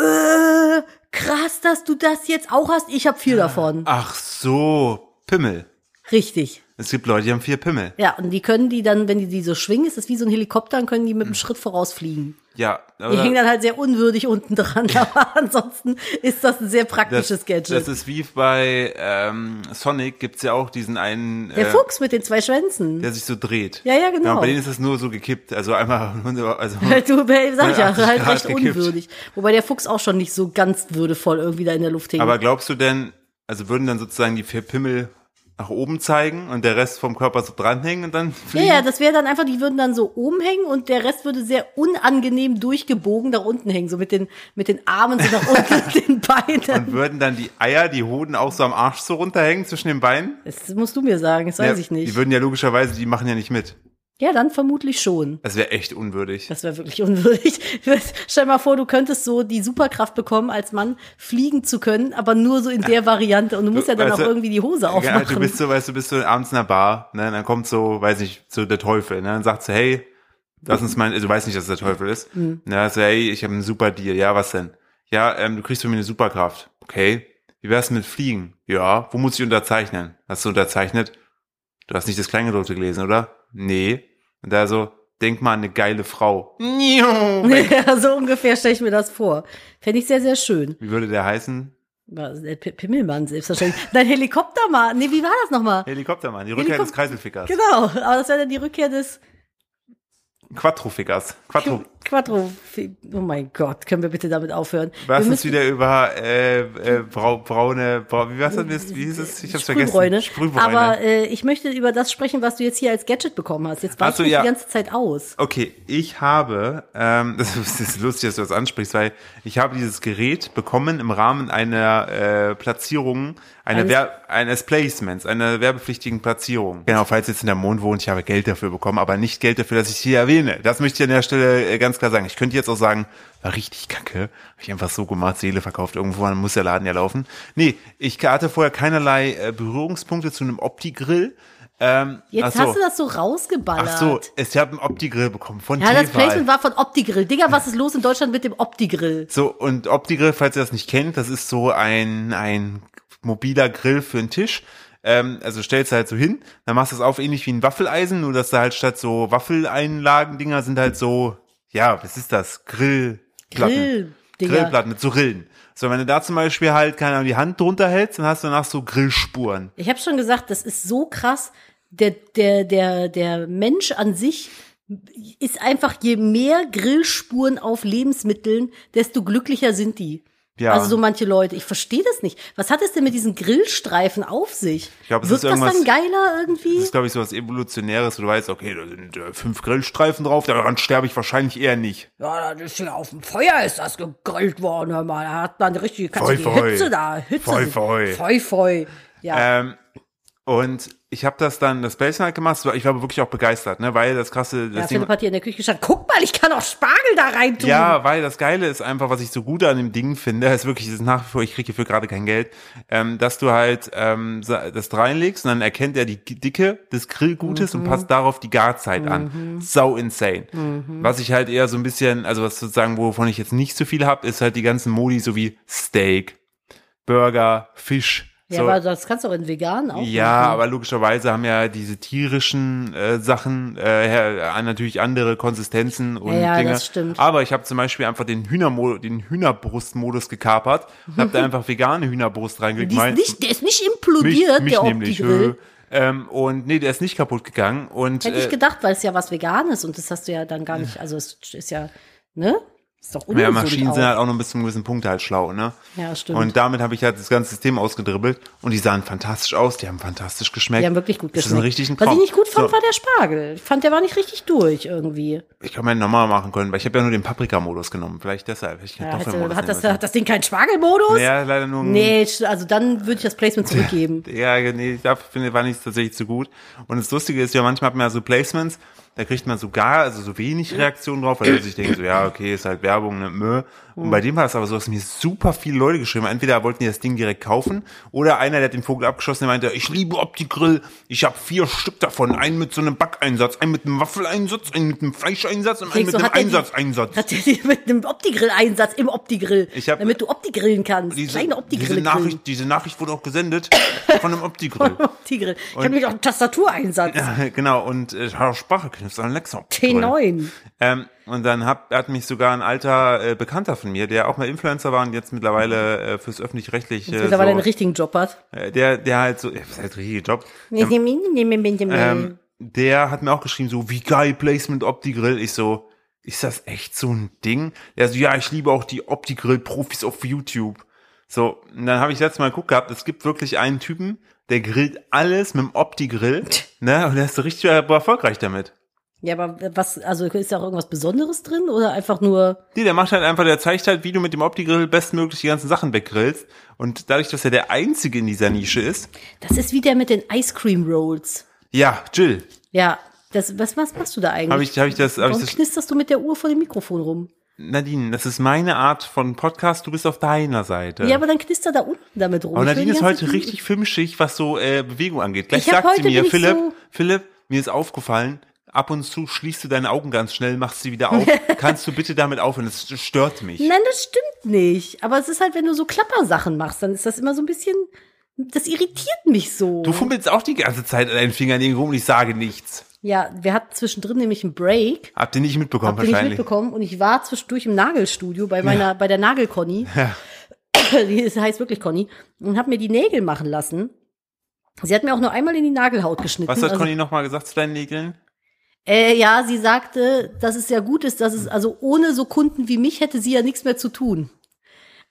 Speaker 2: äh, krass, dass du das jetzt auch hast. Ich habe viel davon.
Speaker 1: Ach so, Pimmel.
Speaker 2: Richtig.
Speaker 1: Es gibt Leute, die haben vier Pimmel. Hm.
Speaker 2: Ja, und die können die dann, wenn die die so schwingen, ist es wie so ein Helikopter, dann können die mit dem Schritt vorausfliegen.
Speaker 1: Ja,
Speaker 2: Die
Speaker 1: aber
Speaker 2: hängen dann halt sehr unwürdig unten dran, aber ansonsten ist das ein sehr praktisches Gadget.
Speaker 1: das ist wie bei ähm, Sonic, gibt's ja auch diesen einen,
Speaker 2: der
Speaker 1: äh,
Speaker 2: Fuchs mit den zwei Schwänzen.
Speaker 1: der sich so dreht.
Speaker 2: Ja, ja, genau.
Speaker 1: Bei denen ist das nur so gekippt, also einmal, also
Speaker 2: Du, bei- sag ich ja,
Speaker 1: 180
Speaker 2: halt
Speaker 1: Grad
Speaker 2: recht
Speaker 1: gekippt.
Speaker 2: unwürdig. Wobei der Fuchs auch schon nicht so ganz würdevoll irgendwie da in der Luft hing.
Speaker 1: Aber glaubst du denn, also würden dann sozusagen die vier Pimmel nach oben zeigen und der Rest vom Körper so dranhängen und dann
Speaker 2: ja,
Speaker 1: fliegen?
Speaker 2: ja, das wäre dann einfach, die würden dann so oben hängen und der Rest würde sehr unangenehm durchgebogen nach unten hängen, so mit den, mit den Armen so nach unten und den Beinen.
Speaker 1: Und würden dann die Eier, die Hoden auch so am Arsch so runterhängen zwischen den Beinen?
Speaker 2: Das musst du mir sagen, das
Speaker 1: ja,
Speaker 2: weiß ich nicht.
Speaker 1: Die würden ja logischerweise, die machen ja nicht mit.
Speaker 2: Ja, dann vermutlich schon.
Speaker 1: Das wäre echt unwürdig.
Speaker 2: Das wäre wirklich unwürdig. Stell mal vor, du könntest so die Superkraft bekommen, als Mann fliegen zu können, aber nur so in der Variante. Und du musst ja dann
Speaker 1: weißt
Speaker 2: auch
Speaker 1: du-
Speaker 2: irgendwie die Hose
Speaker 1: Ja, du
Speaker 2: aufmachen.
Speaker 1: bist so, weißt du, bist so abends in einer Bar, ne, und dann kommt so, weiß nicht, so der Teufel, ne, dann sagt so, hey, lass uns mal, also, du weißt nicht, dass es der Teufel ist,
Speaker 2: Mhm.
Speaker 1: ne, so, hey, ich habe einen super Deal, ja, was denn? Ja, ähm, du kriegst von mir eine Superkraft, okay, wie wär's mit Fliegen? Ja, wo muss ich unterzeichnen? Hast du unterzeichnet? Du hast nicht das Kleingedruckte gelesen, oder? Nee. Und da so, denk mal an eine geile Frau. Wie
Speaker 2: Ja, so ungefähr stelle ich mir das vor. Fände ich sehr, sehr schön.
Speaker 1: würde der heißen?
Speaker 2: Ja, der P- Pimmelmann selbstverständlich. Dein Helikoptermann. Nee, wie war das nochmal?
Speaker 1: Helikoptermann, die Rückkehr
Speaker 2: Helikop-
Speaker 1: des Kreiselfickers.
Speaker 2: Genau, aber das wäre dann die Rückkehr des
Speaker 1: Quattrofickers. Quattro.
Speaker 2: Quattro. Oh mein Gott, können wir bitte damit aufhören?
Speaker 1: Was
Speaker 2: wir
Speaker 1: ist
Speaker 2: müssen-
Speaker 1: wieder über äh, äh, brau, braune, brau, wie war's denn jetzt? Wie hieß es? Ich hab's vergessen.
Speaker 2: Sprühbräune.
Speaker 1: Sprühbräune.
Speaker 2: Aber äh, ich möchte über das sprechen, was du jetzt hier als Gadget bekommen hast. Jetzt
Speaker 1: Ach
Speaker 2: weißt
Speaker 1: so,
Speaker 2: du mich
Speaker 1: ja.
Speaker 2: die ganze Zeit aus.
Speaker 1: okay, ich habe, ähm, das ist das ist lustig, dass du das ansprichst, weil ich habe dieses Gerät bekommen im Rahmen einer äh, Platzierung, einer
Speaker 2: Eines-
Speaker 1: Wer eines Placements, einer werbepflichtigen Platzierung. Genau, falls ihr jetzt in der Mond wohnt, ich habe Geld dafür bekommen, aber nicht Geld dafür, dass ich hier erwähne. Das möchte ich an der Stelle äh, ganz klar sagen. Ich könnte jetzt auch sagen, war richtig kacke, habe ich einfach so gemacht, Seele verkauft irgendwo, dann muss der Laden ja laufen. Nee, ich hatte vorher keinerlei äh, Berührungspunkte zu einem Opti-Grill. Ähm, ach
Speaker 2: Jetzt
Speaker 1: so.
Speaker 2: hast du das so rausgeballert.
Speaker 1: Ach so, es, ich habe einen Opti-Grill bekommen von
Speaker 2: Ja, das
Speaker 1: Tefal.
Speaker 2: Placement war von Opti-Grill. Digga, was ist los in Deutschland mit dem Opti-Grill?
Speaker 1: So, und Opti-Grill, falls ihr das nicht kennt, das ist so ein, ein mobiler Grill für einen Tisch. Ähm, also stellst du halt so hin, dann machst du es auf ähnlich wie ein Waffeleisen, nur dass da halt statt so Waffeleinlagen-Dinger sind halt so, ja, was ist das? Grill.
Speaker 2: Grill, Digga.
Speaker 1: Grillplatten mit so Rillen. So, wenn du da zum Beispiel halt, keine Ahnung, die Hand drunter hältst, dann hast du danach so Grillspuren.
Speaker 2: Ich habe schon gesagt, das ist so krass. Der, der, der, der Mensch an sich ist einfach, je mehr Grillspuren auf Lebensmitteln, desto glücklicher sind die.
Speaker 1: Ja.
Speaker 2: Also so manche Leute. Ich verstehe das nicht. Was hat es denn mit diesen Grillstreifen auf sich? Ich
Speaker 1: glaub, es
Speaker 2: Wird
Speaker 1: ist
Speaker 2: das dann
Speaker 1: irgendwas-
Speaker 2: geiler irgendwie?
Speaker 1: Das ist, glaube ich, so was Evolutionäres, wo du weißt, okay, da sind äh, fünf Grillstreifen drauf, daran sterbe ich wahrscheinlich eher nicht.
Speaker 2: Ja, das ist hier auf dem Feuer ist das gegrillt worden, hör mal. Da hat man richtig kannst
Speaker 1: Feu,
Speaker 2: du die
Speaker 1: feu.
Speaker 2: Hitze da. Hitze.
Speaker 1: Feu, feu.
Speaker 2: Feu, feu. Ja.
Speaker 1: Ähm, und ich habe das dann das Bällchen halt gemacht. Ich war wirklich auch begeistert, ne, weil das krasse,
Speaker 2: ja,
Speaker 1: das Ding,
Speaker 2: Philipp hat hier in der Küche gestanden. Guck mal, ich kann auch Spargel da rein tun.
Speaker 1: ja, weil das Geile ist einfach, was ich so gut an dem Ding finde, ist wirklich, es ist nach wie vor, ich kriege hierfür gerade kein Geld, ähm, dass du halt ähm, sa- das reinlegst und dann erkennt er die G- Dicke des Grillgutes
Speaker 2: Mhm.
Speaker 1: und passt darauf die Garzeit an. Sau insane.
Speaker 2: Mhm.
Speaker 1: Was ich halt eher so ein bisschen, also was sozusagen, wovon ich jetzt nicht so viel habe, ist halt die ganzen Modi, so wie Steak, Burger, Fisch.
Speaker 2: Ja,
Speaker 1: so.
Speaker 2: aber das kannst du auch in vegan auch.
Speaker 1: Ja,
Speaker 2: machen.
Speaker 1: aber logischerweise haben ja diese tierischen äh, Sachen äh, ja, natürlich andere Konsistenzen und
Speaker 2: Ja, ja,
Speaker 1: Dinge.
Speaker 2: das stimmt.
Speaker 1: Aber ich habe zum Beispiel einfach den, Hühnermo den Hühnerbrustmodus gekapert und habe da einfach vegane Hühnerbrust reingelegt.
Speaker 2: Die ist
Speaker 1: Mein-
Speaker 2: nicht, der ist nicht implodiert, der
Speaker 1: äh,
Speaker 2: Opti-Grill.
Speaker 1: ähm, und nee, der ist nicht kaputt gegangen. Und
Speaker 2: Hätte
Speaker 1: äh,
Speaker 2: ich gedacht, weil es ja was Veganes und das hast du ja dann gar nicht, also es ist ja, ne? Ist doch ungesund
Speaker 1: ja, Maschinen
Speaker 2: auch.
Speaker 1: sind halt auch noch bis zu einem gewissen Punkt halt schlau, ne?
Speaker 2: Ja, stimmt.
Speaker 1: Und damit habe ich halt das ganze System ausgedribbelt und die sahen fantastisch aus, die haben fantastisch geschmeckt.
Speaker 2: die haben wirklich gut
Speaker 1: Das halt ist
Speaker 2: geschmeckt.
Speaker 1: ein richtig ein
Speaker 2: Was ich
Speaker 1: Traum.
Speaker 2: nicht gut fand,
Speaker 1: So.
Speaker 2: war der Spargel. Ich fand, der war nicht richtig durch irgendwie.
Speaker 1: Ich kann meinen normal machen können, weil ich habe ja nur den Paprika-Modus genommen. Vielleicht deshalb. Hätte Ich den
Speaker 2: Ja, hätte,
Speaker 1: Kartoffelmodus
Speaker 2: hat, das,
Speaker 1: nehmen
Speaker 2: hat das Ding keinen Spargelmodus?
Speaker 1: müssen. ja, leider nur.
Speaker 2: Nee, sch- also dann würde ich das Placement zurückgeben.
Speaker 1: Ja, nee, ich glaub, finde, war nicht tatsächlich zu gut. Und das Lustige ist ja, manchmal hat man ja so Placements, da kriegt man sogar, also so wenig Reaktionen drauf, weil die sich denken so, ja, okay, ist halt Werbung, ne, Mö. Und bei dem war es aber so, dass mir super viele Leute geschrieben haben. Entweder wollten die das Ding direkt kaufen oder einer, der hat den Vogel abgeschossen, der meinte, ich liebe Opti-Grill, ich habe vier Stück davon. Einen mit so einem Backeinsatz, einen mit einem Waffeleinsatz, einen mit einem Fleischeinsatz und einen
Speaker 2: Denkst
Speaker 1: mit
Speaker 2: du,
Speaker 1: einem
Speaker 2: hat der die-
Speaker 1: Einsatzeinsatz.
Speaker 2: Hat der die mit einem Opti-Grill-Einsatz im Opti-Grill,
Speaker 1: Ich hab-
Speaker 2: damit du Opti-Grillen kannst.
Speaker 1: diese,
Speaker 2: Kleine Opti-Grille.
Speaker 1: diese, Nachricht, diese Nachricht wurde auch gesendet von einem Opti-Grill.
Speaker 2: Opti-Grill. Ich habe nämlich auch einen Tastatureinsatz.
Speaker 1: genau, und äh, Sprache Repsol Lexon.
Speaker 2: T9.
Speaker 1: Ähm, und dann hab, hat mich sogar ein alter äh, Bekannter von mir, der auch mal Influencer war und jetzt mittlerweile äh, fürs öffentlich-rechtliche.
Speaker 2: Jetzt mittlerweile
Speaker 1: so,
Speaker 2: einen richtigen Job hat.
Speaker 1: äh, der, der halt so, ja, was heißt richtiger Job?
Speaker 2: Ähm,
Speaker 1: Ähm, der hat mir auch geschrieben, so, wie geil Placement Opti-Grill. Ich so, ist das echt so ein Ding? Der so, ja, ich liebe auch die Opti-Grill-Profis auf YouTube. So, und dann habe ich letztes Mal geguckt gehabt, es gibt wirklich einen Typen, der grillt alles mit dem Opti-Grill, ne, und der ist so richtig erfolgreich damit.
Speaker 2: ja, aber was, also ist da auch irgendwas Besonderes drin oder einfach nur,
Speaker 1: Nee, der macht halt einfach, der zeigt halt, wie du mit dem Opti-Grill bestmöglich die ganzen Sachen weggrillst. Und dadurch, dass er der Einzige in dieser Nische ist,
Speaker 2: das ist wie der mit den Ice Cream Rolls.
Speaker 1: ja, Jill,
Speaker 2: Ja, das, was, was machst du da eigentlich?
Speaker 1: habe ich, hab ich das, hab ich
Speaker 2: Warum
Speaker 1: das
Speaker 2: knisterst du mit der Uhr vor dem Mikrofon rum?
Speaker 1: Nadine, das ist meine Art von Podcast, du bist auf deiner Seite.
Speaker 2: Ja, aber dann knistert da unten damit rum.
Speaker 1: aber
Speaker 2: Ich will
Speaker 1: Nadine
Speaker 2: die
Speaker 1: ist
Speaker 2: ganze
Speaker 1: heute
Speaker 2: Zeit-
Speaker 1: richtig filmschig, was so äh, Bewegung angeht. Gleich
Speaker 2: Ich hab
Speaker 1: sagt sie
Speaker 2: heute
Speaker 1: mir,
Speaker 2: bin ich
Speaker 1: Philipp,
Speaker 2: so-
Speaker 1: Philipp, mir ist aufgefallen, ab und zu schließt du deine Augen ganz schnell, machst sie wieder auf. Kannst du bitte damit aufhören? Das stört mich.
Speaker 2: Nein, das stimmt nicht. Aber es ist halt, wenn du so Klappersachen machst, dann ist das immer so ein bisschen, das irritiert mich so.
Speaker 1: Du fummelst auch die ganze Zeit an deinen Fingern irgendwo und ich sage nichts.
Speaker 2: ja, wir hatten zwischendrin nämlich einen Break.
Speaker 1: Habt ihr nicht mitbekommen
Speaker 2: Hab den nicht
Speaker 1: wahrscheinlich.
Speaker 2: mitbekommen und ich war zwischendurch im Nagelstudio bei meiner, bei der Nagel-Conny. Die ist- heißt wirklich Conny. Und habe mir die Nägel machen lassen. Sie hat mir auch nur einmal in die Nagelhaut geschnitten.
Speaker 1: Was hat
Speaker 2: also,
Speaker 1: Conny nochmal gesagt zu deinen Nägeln?
Speaker 2: Äh, ja, sie sagte, dass es ja gut ist, dass es, also ohne so Kunden wie mich hätte sie ja nichts mehr zu tun.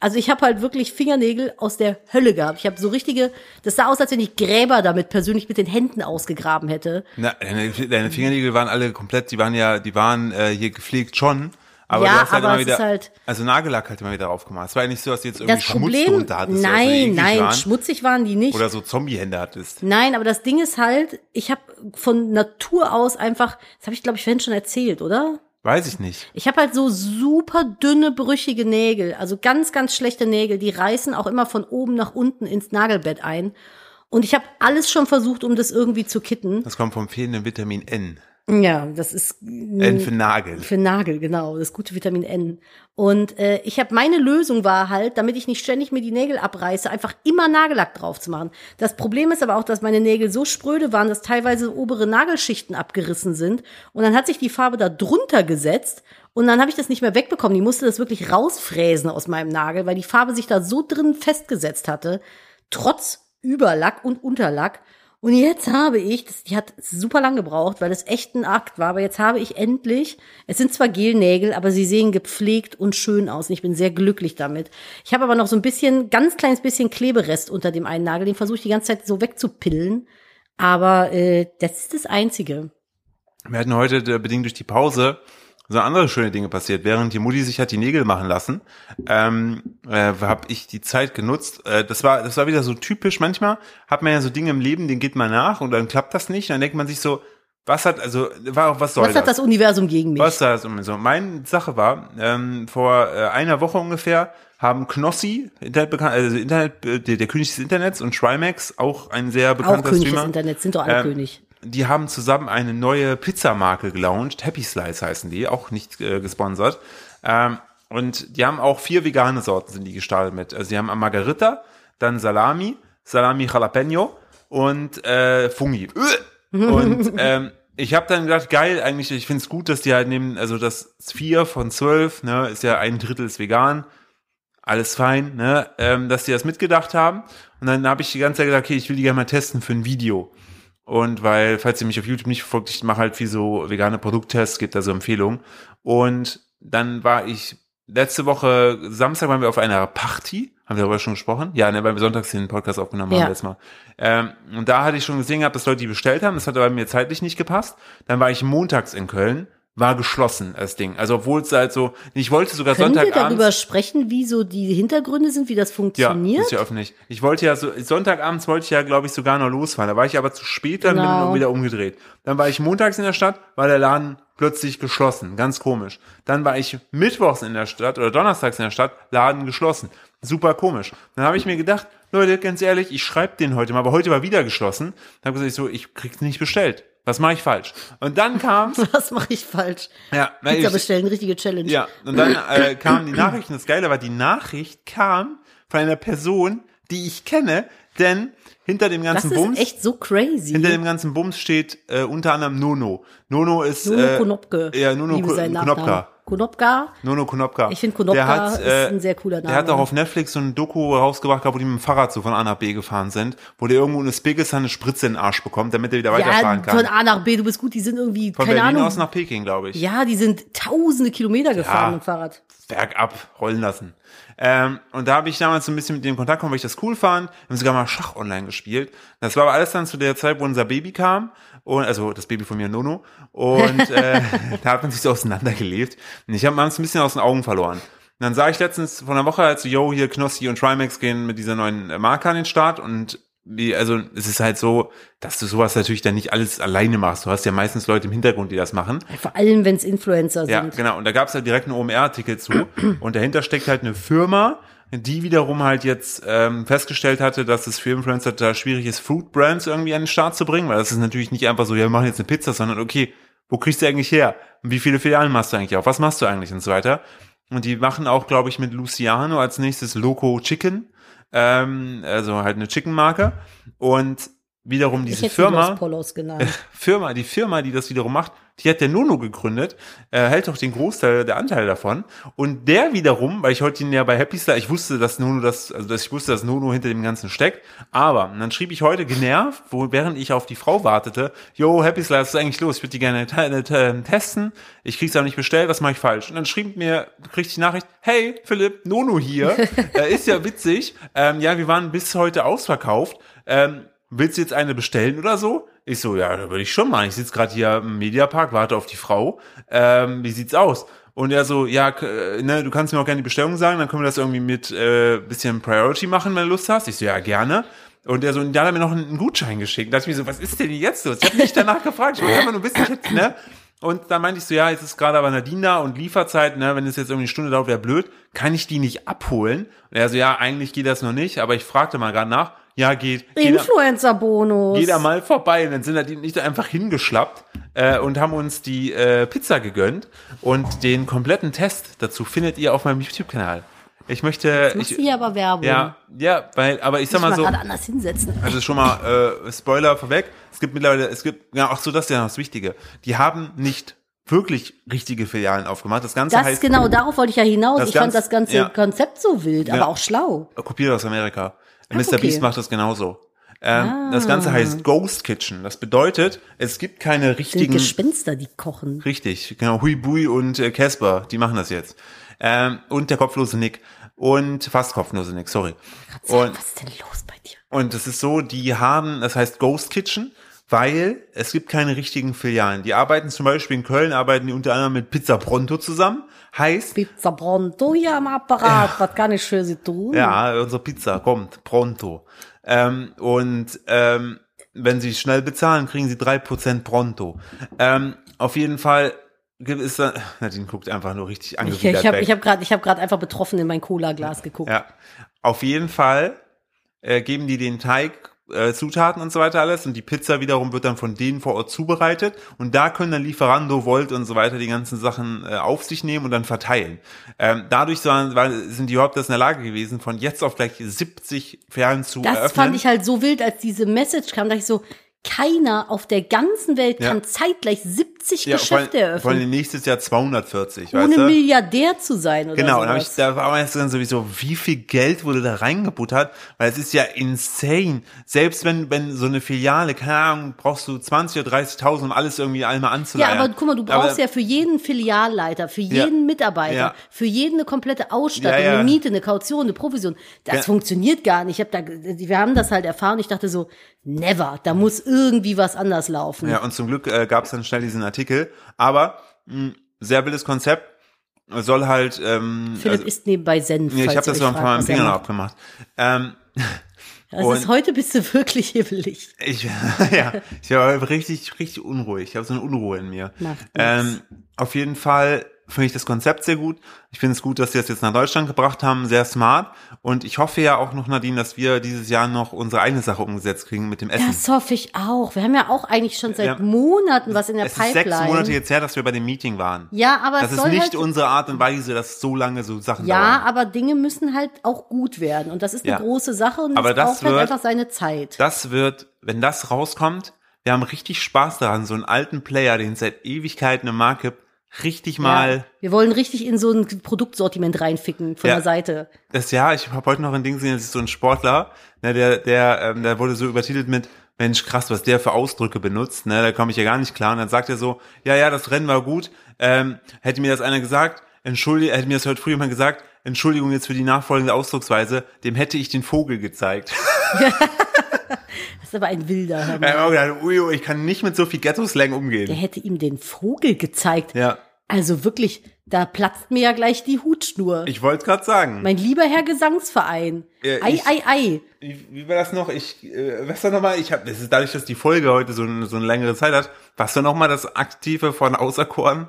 Speaker 2: Also ich habe halt wirklich Fingernägel aus der Hölle gehabt. Ich habe so richtige, das sah aus, als wenn ich Gräber damit persönlich mit den Händen ausgegraben hätte.
Speaker 1: Na, deine, deine Fingernägel waren alle komplett, die waren ja, die waren äh, hier gepflegt schon. Aber
Speaker 2: Ja,
Speaker 1: du hast halt
Speaker 2: aber
Speaker 1: immer
Speaker 2: es
Speaker 1: wieder,
Speaker 2: ist halt-
Speaker 1: also Nagellack halt immer wieder aufgemacht. Es war ja nicht so, dass du jetzt irgendwie
Speaker 2: Das
Speaker 1: Schmutz
Speaker 2: Problem,
Speaker 1: drunter hattest. oder so
Speaker 2: nein,
Speaker 1: eklig
Speaker 2: nein,
Speaker 1: waren.
Speaker 2: schmutzig waren die nicht.
Speaker 1: Oder so Zombiehände hattest.
Speaker 2: Nein, aber das Ding ist halt, ich habe von Natur aus einfach, das habe ich glaube ich vorhin schon erzählt, oder?
Speaker 1: Weiß ich nicht.
Speaker 2: Ich habe halt so super dünne, brüchige Nägel, also ganz, ganz schlechte Nägel, die reißen auch immer von oben nach unten ins Nagelbett ein. Und ich habe alles schon versucht, um das irgendwie zu kitten.
Speaker 1: Das kommt vom fehlenden Vitamin N.
Speaker 2: Ja, das ist
Speaker 1: N für Nagel.
Speaker 2: für Nagel, genau, das gute Vitamin N. Und äh, ich habe meine Lösung war halt, damit ich nicht ständig mir die Nägel abreiße, einfach immer Nagellack drauf zu machen. Das Problem ist aber auch, dass meine Nägel so spröde waren, dass teilweise obere Nagelschichten abgerissen sind und dann hat sich die Farbe da drunter gesetzt und dann habe ich das nicht mehr wegbekommen. Die musste das wirklich rausfräsen aus meinem Nagel, weil die Farbe sich da so drin festgesetzt hatte, trotz Überlack und Unterlack. Und jetzt habe ich, das, die hat super lang gebraucht, weil das echt ein Akt war, aber jetzt habe ich endlich, es sind zwar Gelnägel, aber sie sehen gepflegt und schön aus und ich bin sehr glücklich damit. Ich habe aber noch so ein bisschen, ganz kleines bisschen Kleberest unter dem einen Nagel, den versuche ich die ganze Zeit so wegzupillen, aber äh, das ist das Einzige.
Speaker 1: Wir hatten heute äh, bedingt durch die Pause so andere schöne Dinge passiert. Während die Mutti sich hat die Nägel machen lassen, ähm, äh, habe ich die Zeit genutzt. Äh, das war das war wieder so typisch. Manchmal hat man ja so Dinge im Leben, denen geht man nach und dann klappt das nicht. Dann denkt man sich so, was hat also war auch was soll
Speaker 2: Was hat das Universum gegen mich?
Speaker 1: Was da ist so. Meine Sache war, ähm, vor äh, einer Woche ungefähr haben Knossi, Internetbekannt, also Internet, äh, der, der König des Internets und Schrimax, auch ein sehr
Speaker 2: Auch
Speaker 1: bekannter
Speaker 2: König des
Speaker 1: Streamer.
Speaker 2: Internets, sind doch alle
Speaker 1: Ähm,
Speaker 2: König.
Speaker 1: Die haben zusammen eine neue Pizzamarke gelauncht. Happy Slice heißen die, auch nicht äh, gesponsert. Ähm, und die haben auch vier vegane Sorten sind die gestartet mit. Also die haben Margarita, dann Salami, Salami Jalapeno und äh, Fungi. Und ähm, ich habe dann gedacht, geil, eigentlich, ich finde es gut, dass die halt nehmen, also das vier von zwölf, ne, ist ja ein Drittel ist vegan alles fein, ne? ähm, dass die das mitgedacht haben. Und dann habe ich die ganze Zeit gesagt, okay, ich will die gerne mal testen für ein Video. Und weil, falls ihr mich auf YouTube nicht verfolgt, ich mache halt viel so vegane Produkttests, gibt da so Empfehlungen. Und dann war ich letzte Woche, Samstag waren wir auf einer Party, haben wir darüber schon gesprochen? Ja, ne, weil wir sonntags den Podcast aufgenommen haben
Speaker 2: Ja.
Speaker 1: letztes Mal. Ähm, und da hatte ich schon gesehen gehabt, dass Leute die bestellt haben, das hat aber mir zeitlich nicht gepasst. Dann war ich montags in Köln, war geschlossen, das Ding. Also obwohl es halt so, ich wollte sogar
Speaker 2: Können wir
Speaker 1: Sonntagabend.
Speaker 2: darüber sprechen, wie so die Hintergründe sind, wie das
Speaker 1: Ja,
Speaker 2: funktioniert?
Speaker 1: ist ja öffentlich. Ich wollte ja so, Sonntagabends wollte ich ja, glaube ich, sogar noch losfahren. Da war ich aber zu spät, dann bin
Speaker 2: Genau.
Speaker 1: ich noch wieder umgedreht. Dann war ich montags in der Stadt, war der Laden plötzlich geschlossen. Ganz komisch. Dann war ich mittwochs in der Stadt oder donnerstags in der Stadt, Laden geschlossen. Super komisch. Dann habe ich mir gedacht, Leute, ganz ehrlich, ich schreibe den heute mal, aber heute war wieder geschlossen. Dann habe gesagt, ich so, ich krieg's nicht bestellt. Was mache ich falsch? Und dann kam's.
Speaker 2: Was mache ich falsch?
Speaker 1: ja, weil
Speaker 2: Pizza
Speaker 1: ich-
Speaker 2: bestellen, richtige Challenge.
Speaker 1: ja, und dann äh, kamen die Nachrichten. Das Geile war, die Nachricht kam von einer Person, die ich kenne, Denn hinter dem
Speaker 2: Das
Speaker 1: ganzen
Speaker 2: ist
Speaker 1: Bums,
Speaker 2: echt so crazy.
Speaker 1: hinter dem ganzen Bums steht äh, unter anderem Nono. Nono ist
Speaker 2: Nuno
Speaker 1: äh,
Speaker 2: Konopke.
Speaker 1: ja, Nuno
Speaker 2: liebe
Speaker 1: Ko-
Speaker 2: seinen
Speaker 1: Konopka.
Speaker 2: Nachnamen. Konopka.
Speaker 1: Nono Konopka.
Speaker 2: Ich finde, Konopka
Speaker 1: Der hat,
Speaker 2: ist
Speaker 1: äh,
Speaker 2: ein sehr cooler Name.
Speaker 1: Der hat auch auf Netflix so ein Doku rausgebracht, gehabt, wo die mit dem Fahrrad so von A nach B gefahren sind, wo der irgendwo in Usbekistan eine Spritze in den Arsch bekommt, damit er wieder
Speaker 2: ja,
Speaker 1: weiterfahren kann.
Speaker 2: von A nach B, du bist gut, die sind irgendwie,
Speaker 1: Von
Speaker 2: keine
Speaker 1: Berlin
Speaker 2: Ahnung.
Speaker 1: aus nach Peking, glaube ich.
Speaker 2: ja, die sind tausende Kilometer gefahren mit dem Fahrrad.
Speaker 1: bergab rollen lassen. Ähm, und da habe ich damals so ein bisschen mit dem Kontakt gekommen, weil ich das cool fand. Wir haben sogar mal Schach online gespielt. Das war aber alles dann zu der Zeit, wo unser Baby kam. Und, also das Baby von mir, Nono. Und äh, da hat man sich so auseinandergelebt. Und ich habe man es ein bisschen aus den Augen verloren. Und dann sah ich letztens von einer Woche, als so, yo, hier Knossi und Trimax gehen mit dieser neuen äh, Marke an den Start und wie, also es ist halt so, dass du sowas natürlich dann nicht alles alleine machst. Du hast ja meistens Leute im Hintergrund, die das machen.
Speaker 2: Vor allem, wenn es Influencer
Speaker 1: Ja,
Speaker 2: sind.
Speaker 1: genau. Und da gab's halt direkt einen OMR-Artikel zu. Und dahinter steckt halt eine Firma, die wiederum halt jetzt ähm, festgestellt hatte, dass es für Influencer da schwierig ist, Food Brands irgendwie an den Start zu bringen, weil das ist natürlich nicht einfach so, ja, wir machen jetzt eine Pizza, sondern okay, wo kriegst du eigentlich her? Und wie viele Filialen machst du eigentlich auf? Was machst du eigentlich und so weiter? Und die machen auch, glaube ich, mit Luciano als nächstes Loco Chicken, ähm, also halt eine Chicken-Marke. Und wiederum
Speaker 2: Ich
Speaker 1: diese
Speaker 2: hätte
Speaker 1: Firma.
Speaker 2: Firma, Polos genannt.
Speaker 1: Firma, die Firma, die das wiederum macht, die hat der Nono gegründet, äh, hält auch den Großteil der Anteile davon. Und der wiederum, weil ich heute ihn ja bei Happy Star, ich wusste, dass Nono das, also dass ich wusste, dass Nono hinter dem Ganzen steckt. Aber und dann schrieb ich heute genervt, wo, während ich auf die Frau wartete, yo, Happy Star, was ist eigentlich los? Ich würde die gerne te te testen. Ich krieg's aber nicht bestellt, was mache ich falsch? Und dann schrieb mir, kriegte ich die Nachricht, hey, Philipp, Nono hier. äh, ist ja witzig. Ähm, ja, wir waren bis heute ausverkauft. Ähm, willst du jetzt eine bestellen oder so? Ich so, ja, da würde ich schon mal. Ich sitze gerade hier im Mediapark, warte auf die Frau. Ähm, wie sieht's aus? Und er so, ja, k- äh, ne, du kannst mir auch gerne die Bestellung sagen, dann können wir das irgendwie mit äh, bisschen Priority machen, wenn du Lust hast. Ich so, ja, gerne. Und der so, und dann hat er mir noch einen Gutschein geschickt. Da dachte ich mir so, was ist denn jetzt los? Ich habe nicht danach gefragt. Ich wollte einfach nur wissen, ich hätte, ne? Und dann meinte ich so, ja, jetzt ist gerade aber Nadine da und Lieferzeit, ne, wenn es jetzt irgendwie eine Stunde dauert, wäre blöd, kann ich die nicht abholen? Und er so, ja, eigentlich geht das noch nicht, aber ich fragte mal gerade nach, ja, geht. Geh da-
Speaker 2: Influencer-Bonus.
Speaker 1: Geh da mal vorbei. Und dann sind da die nicht einfach hingeschlappt äh, und haben uns die äh, Pizza gegönnt. Und den kompletten Test dazu findet ihr auf meinem YouTube-Kanal. Ich möchte.
Speaker 2: Machst
Speaker 1: Ich,
Speaker 2: du hier aber Werbung.
Speaker 1: ja, ja, weil, aber ich sag
Speaker 2: Muss
Speaker 1: mal
Speaker 2: mal
Speaker 1: so.
Speaker 2: gerade anders hinsetzen.
Speaker 1: Also schon mal äh, Spoiler vorweg. Es gibt mittlerweile, es gibt, ja, ach so, das ist ja noch das Wichtige. Die haben nicht wirklich richtige Filialen aufgemacht. Das Ganze
Speaker 2: Das
Speaker 1: heißt
Speaker 2: genau, darauf wollte ich ja hinaus.
Speaker 1: Das
Speaker 2: Ich fand
Speaker 1: ganz-
Speaker 2: das ganze
Speaker 1: ja.
Speaker 2: Konzept so wild,
Speaker 1: Ja.
Speaker 2: aber auch schlau.
Speaker 1: kopiert aus Amerika. Mr.
Speaker 2: okay.
Speaker 1: Beast macht das genauso. Ähm, Das Ganze heißt Ghost Kitchen. Das bedeutet, es gibt keine
Speaker 2: Die
Speaker 1: richtigen
Speaker 2: Gespenster, die kochen.
Speaker 1: Richtig, genau. Hui Bui und äh, Casper, die machen das jetzt. Ähm, und der kopflose Nick. Und fast kopflose Nick, sorry. Und,
Speaker 2: Was ist denn los bei dir?
Speaker 1: und es ist so, die haben, das heißt Ghost Kitchen, weil es gibt keine richtigen Filialen. Die arbeiten zum Beispiel in Köln, arbeiten die unter anderem mit Pizza Pronto zusammen. Heißt,
Speaker 2: Pizza Pronto hier am Apparat. Was kann ich für Sie tun?
Speaker 1: Ja, unsere Pizza kommt pronto. Ähm, und ähm, wenn Sie schnell bezahlen, kriegen Sie 3% pronto. Ähm, auf jeden Fall gibt es da. Nadine guckt einfach nur richtig
Speaker 2: Ich,
Speaker 1: angewidert
Speaker 2: ich habe
Speaker 1: weg.
Speaker 2: ich hab gerade hab grad einfach betroffen in mein Cola-Glas geguckt.
Speaker 1: ja. Auf jeden Fall äh, geben die den Teig, äh, Zutaten und so weiter alles und die Pizza wiederum wird dann von denen vor Ort zubereitet und da können dann Lieferando, Volt und so weiter die ganzen Sachen äh, auf sich nehmen und dann verteilen. Ähm, dadurch waren, waren, sind die überhaupt erst in der Lage gewesen, von jetzt auf gleich 70 Fern zu
Speaker 2: Das
Speaker 1: eröffnen.
Speaker 2: fand ich halt so wild, als diese Message kam, dachte ich so, keiner auf der ganzen Welt
Speaker 1: Ja.
Speaker 2: kann zeitgleich 70
Speaker 1: vor allem-
Speaker 2: Geschäfte
Speaker 1: Vor
Speaker 2: eröffnen,
Speaker 1: allem nächstes Jahr 240, weißt
Speaker 2: ohne
Speaker 1: du?
Speaker 2: Milliardär zu sein oder
Speaker 1: Genau,
Speaker 2: sowas.
Speaker 1: und hab ich, da war mir jetzt dann sowieso, wie viel Geld wurde da reingebuttert, weil es ist ja insane. Selbst wenn, wenn so eine Filiale, keine Ahnung, brauchst du 20 oder 30.000, um alles irgendwie einmal
Speaker 2: Ja,
Speaker 1: anzuleiern.
Speaker 2: aber guck mal, du brauchst ja für jeden Filialleiter, für
Speaker 1: Ja.
Speaker 2: jeden Mitarbeiter,
Speaker 1: Ja.
Speaker 2: für jeden eine komplette Ausstattung,
Speaker 1: Ja, ja.
Speaker 2: eine Miete, eine Kaution, eine Provision. Das
Speaker 1: Ja.
Speaker 2: funktioniert gar nicht. Ich hab da, wir haben das halt erfahren. Ich dachte so, never, da muss irgendwie was anders laufen.
Speaker 1: Ja, und zum Glück äh, gab es dann schnell diesen Artikel. Aber mh, sehr wildes Konzept. Soll halt. Ähm,
Speaker 2: Philipp
Speaker 1: also,
Speaker 2: isst nebenbei Senf.
Speaker 1: nee, ich
Speaker 2: falls
Speaker 1: habe
Speaker 2: ihr
Speaker 1: das
Speaker 2: euch
Speaker 1: so ein
Speaker 2: fragt,
Speaker 1: paar Mal
Speaker 2: was er
Speaker 1: Fingern
Speaker 2: macht.
Speaker 1: abgemacht. Ähm,
Speaker 2: Also es
Speaker 1: Und-
Speaker 2: ist, heute bist du wirklich hibbelig.
Speaker 1: Ich, ja, ich war richtig, richtig unruhig. Ich habe so eine Unruhe in mir.
Speaker 2: Macht nichts.
Speaker 1: Ähm, auf jeden Fall finde ich das Konzept sehr gut. Ich finde es gut, dass sie das jetzt nach Deutschland gebracht haben, sehr smart. Und ich hoffe ja auch noch, Nadine, dass wir dieses Jahr noch unsere eigene Sache umgesetzt kriegen mit dem Essen.
Speaker 2: Das hoffe ich auch. Wir haben ja auch eigentlich schon seit
Speaker 1: Ja.
Speaker 2: Monaten was in der
Speaker 1: es ist
Speaker 2: Pipeline.
Speaker 1: sechs Monate jetzt her, dass wir bei dem Meeting waren.
Speaker 2: Ja, aber
Speaker 1: das
Speaker 2: es
Speaker 1: ist
Speaker 2: soll
Speaker 1: nicht
Speaker 2: halt-
Speaker 1: unsere Art und Weise, dass so lange so Sachen
Speaker 2: ja,
Speaker 1: dauern.
Speaker 2: aber Dinge müssen halt auch gut werden. Und das ist eine
Speaker 1: Ja.
Speaker 2: große Sache und
Speaker 1: Aber
Speaker 2: es
Speaker 1: das
Speaker 2: braucht halt
Speaker 1: wird-
Speaker 2: einfach seine Zeit.
Speaker 1: Das wird, wenn das rauskommt, wir haben richtig Spaß daran, so einen alten Player, den es seit Ewigkeiten im Markt gibt, richtig
Speaker 2: ja.
Speaker 1: mal.
Speaker 2: Wir wollen richtig in so ein Produktsortiment reinficken von
Speaker 1: Ja.
Speaker 2: der Seite.
Speaker 1: Das ja, ich habe heute noch ein Ding gesehen, das ist so ein Sportler, ne, der, der, ähm, der wurde so übertitelt mit, Mensch, krass, was der für Ausdrücke benutzt, ne, da komme ich ja gar nicht klar. Und dann sagt er so, ja, ja, das Rennen war gut, ähm, hätte mir das einer gesagt, entschuldige, hätte mir das heute früh jemand gesagt, Entschuldigung jetzt für die nachfolgende Ausdrucksweise, dem hätte ich den Vogel gezeigt.
Speaker 2: Das ist aber ein wilder. Hör
Speaker 1: Ich
Speaker 2: mal.
Speaker 1: hab auch gedacht, ui, ui, ich kann nicht mit so viel Ghetto-Slang
Speaker 2: Der
Speaker 1: umgehen.
Speaker 2: hätte ihm den Vogel gezeigt.
Speaker 1: Ja,
Speaker 2: Also wirklich, da platzt mir ja gleich die Hutschnur.
Speaker 1: ich wollte gerade sagen.
Speaker 2: mein lieber Herr Gesangsverein.
Speaker 1: Äh,
Speaker 2: ei,
Speaker 1: ich-
Speaker 2: ei, ei.
Speaker 1: Wie, wie war das noch? Ich, äh, was war nochmal? Ich habe, das ist dadurch, dass die Folge heute so, eine- so eine längere Zeit hat. Was war nochmal das Aktive von Auserkoren?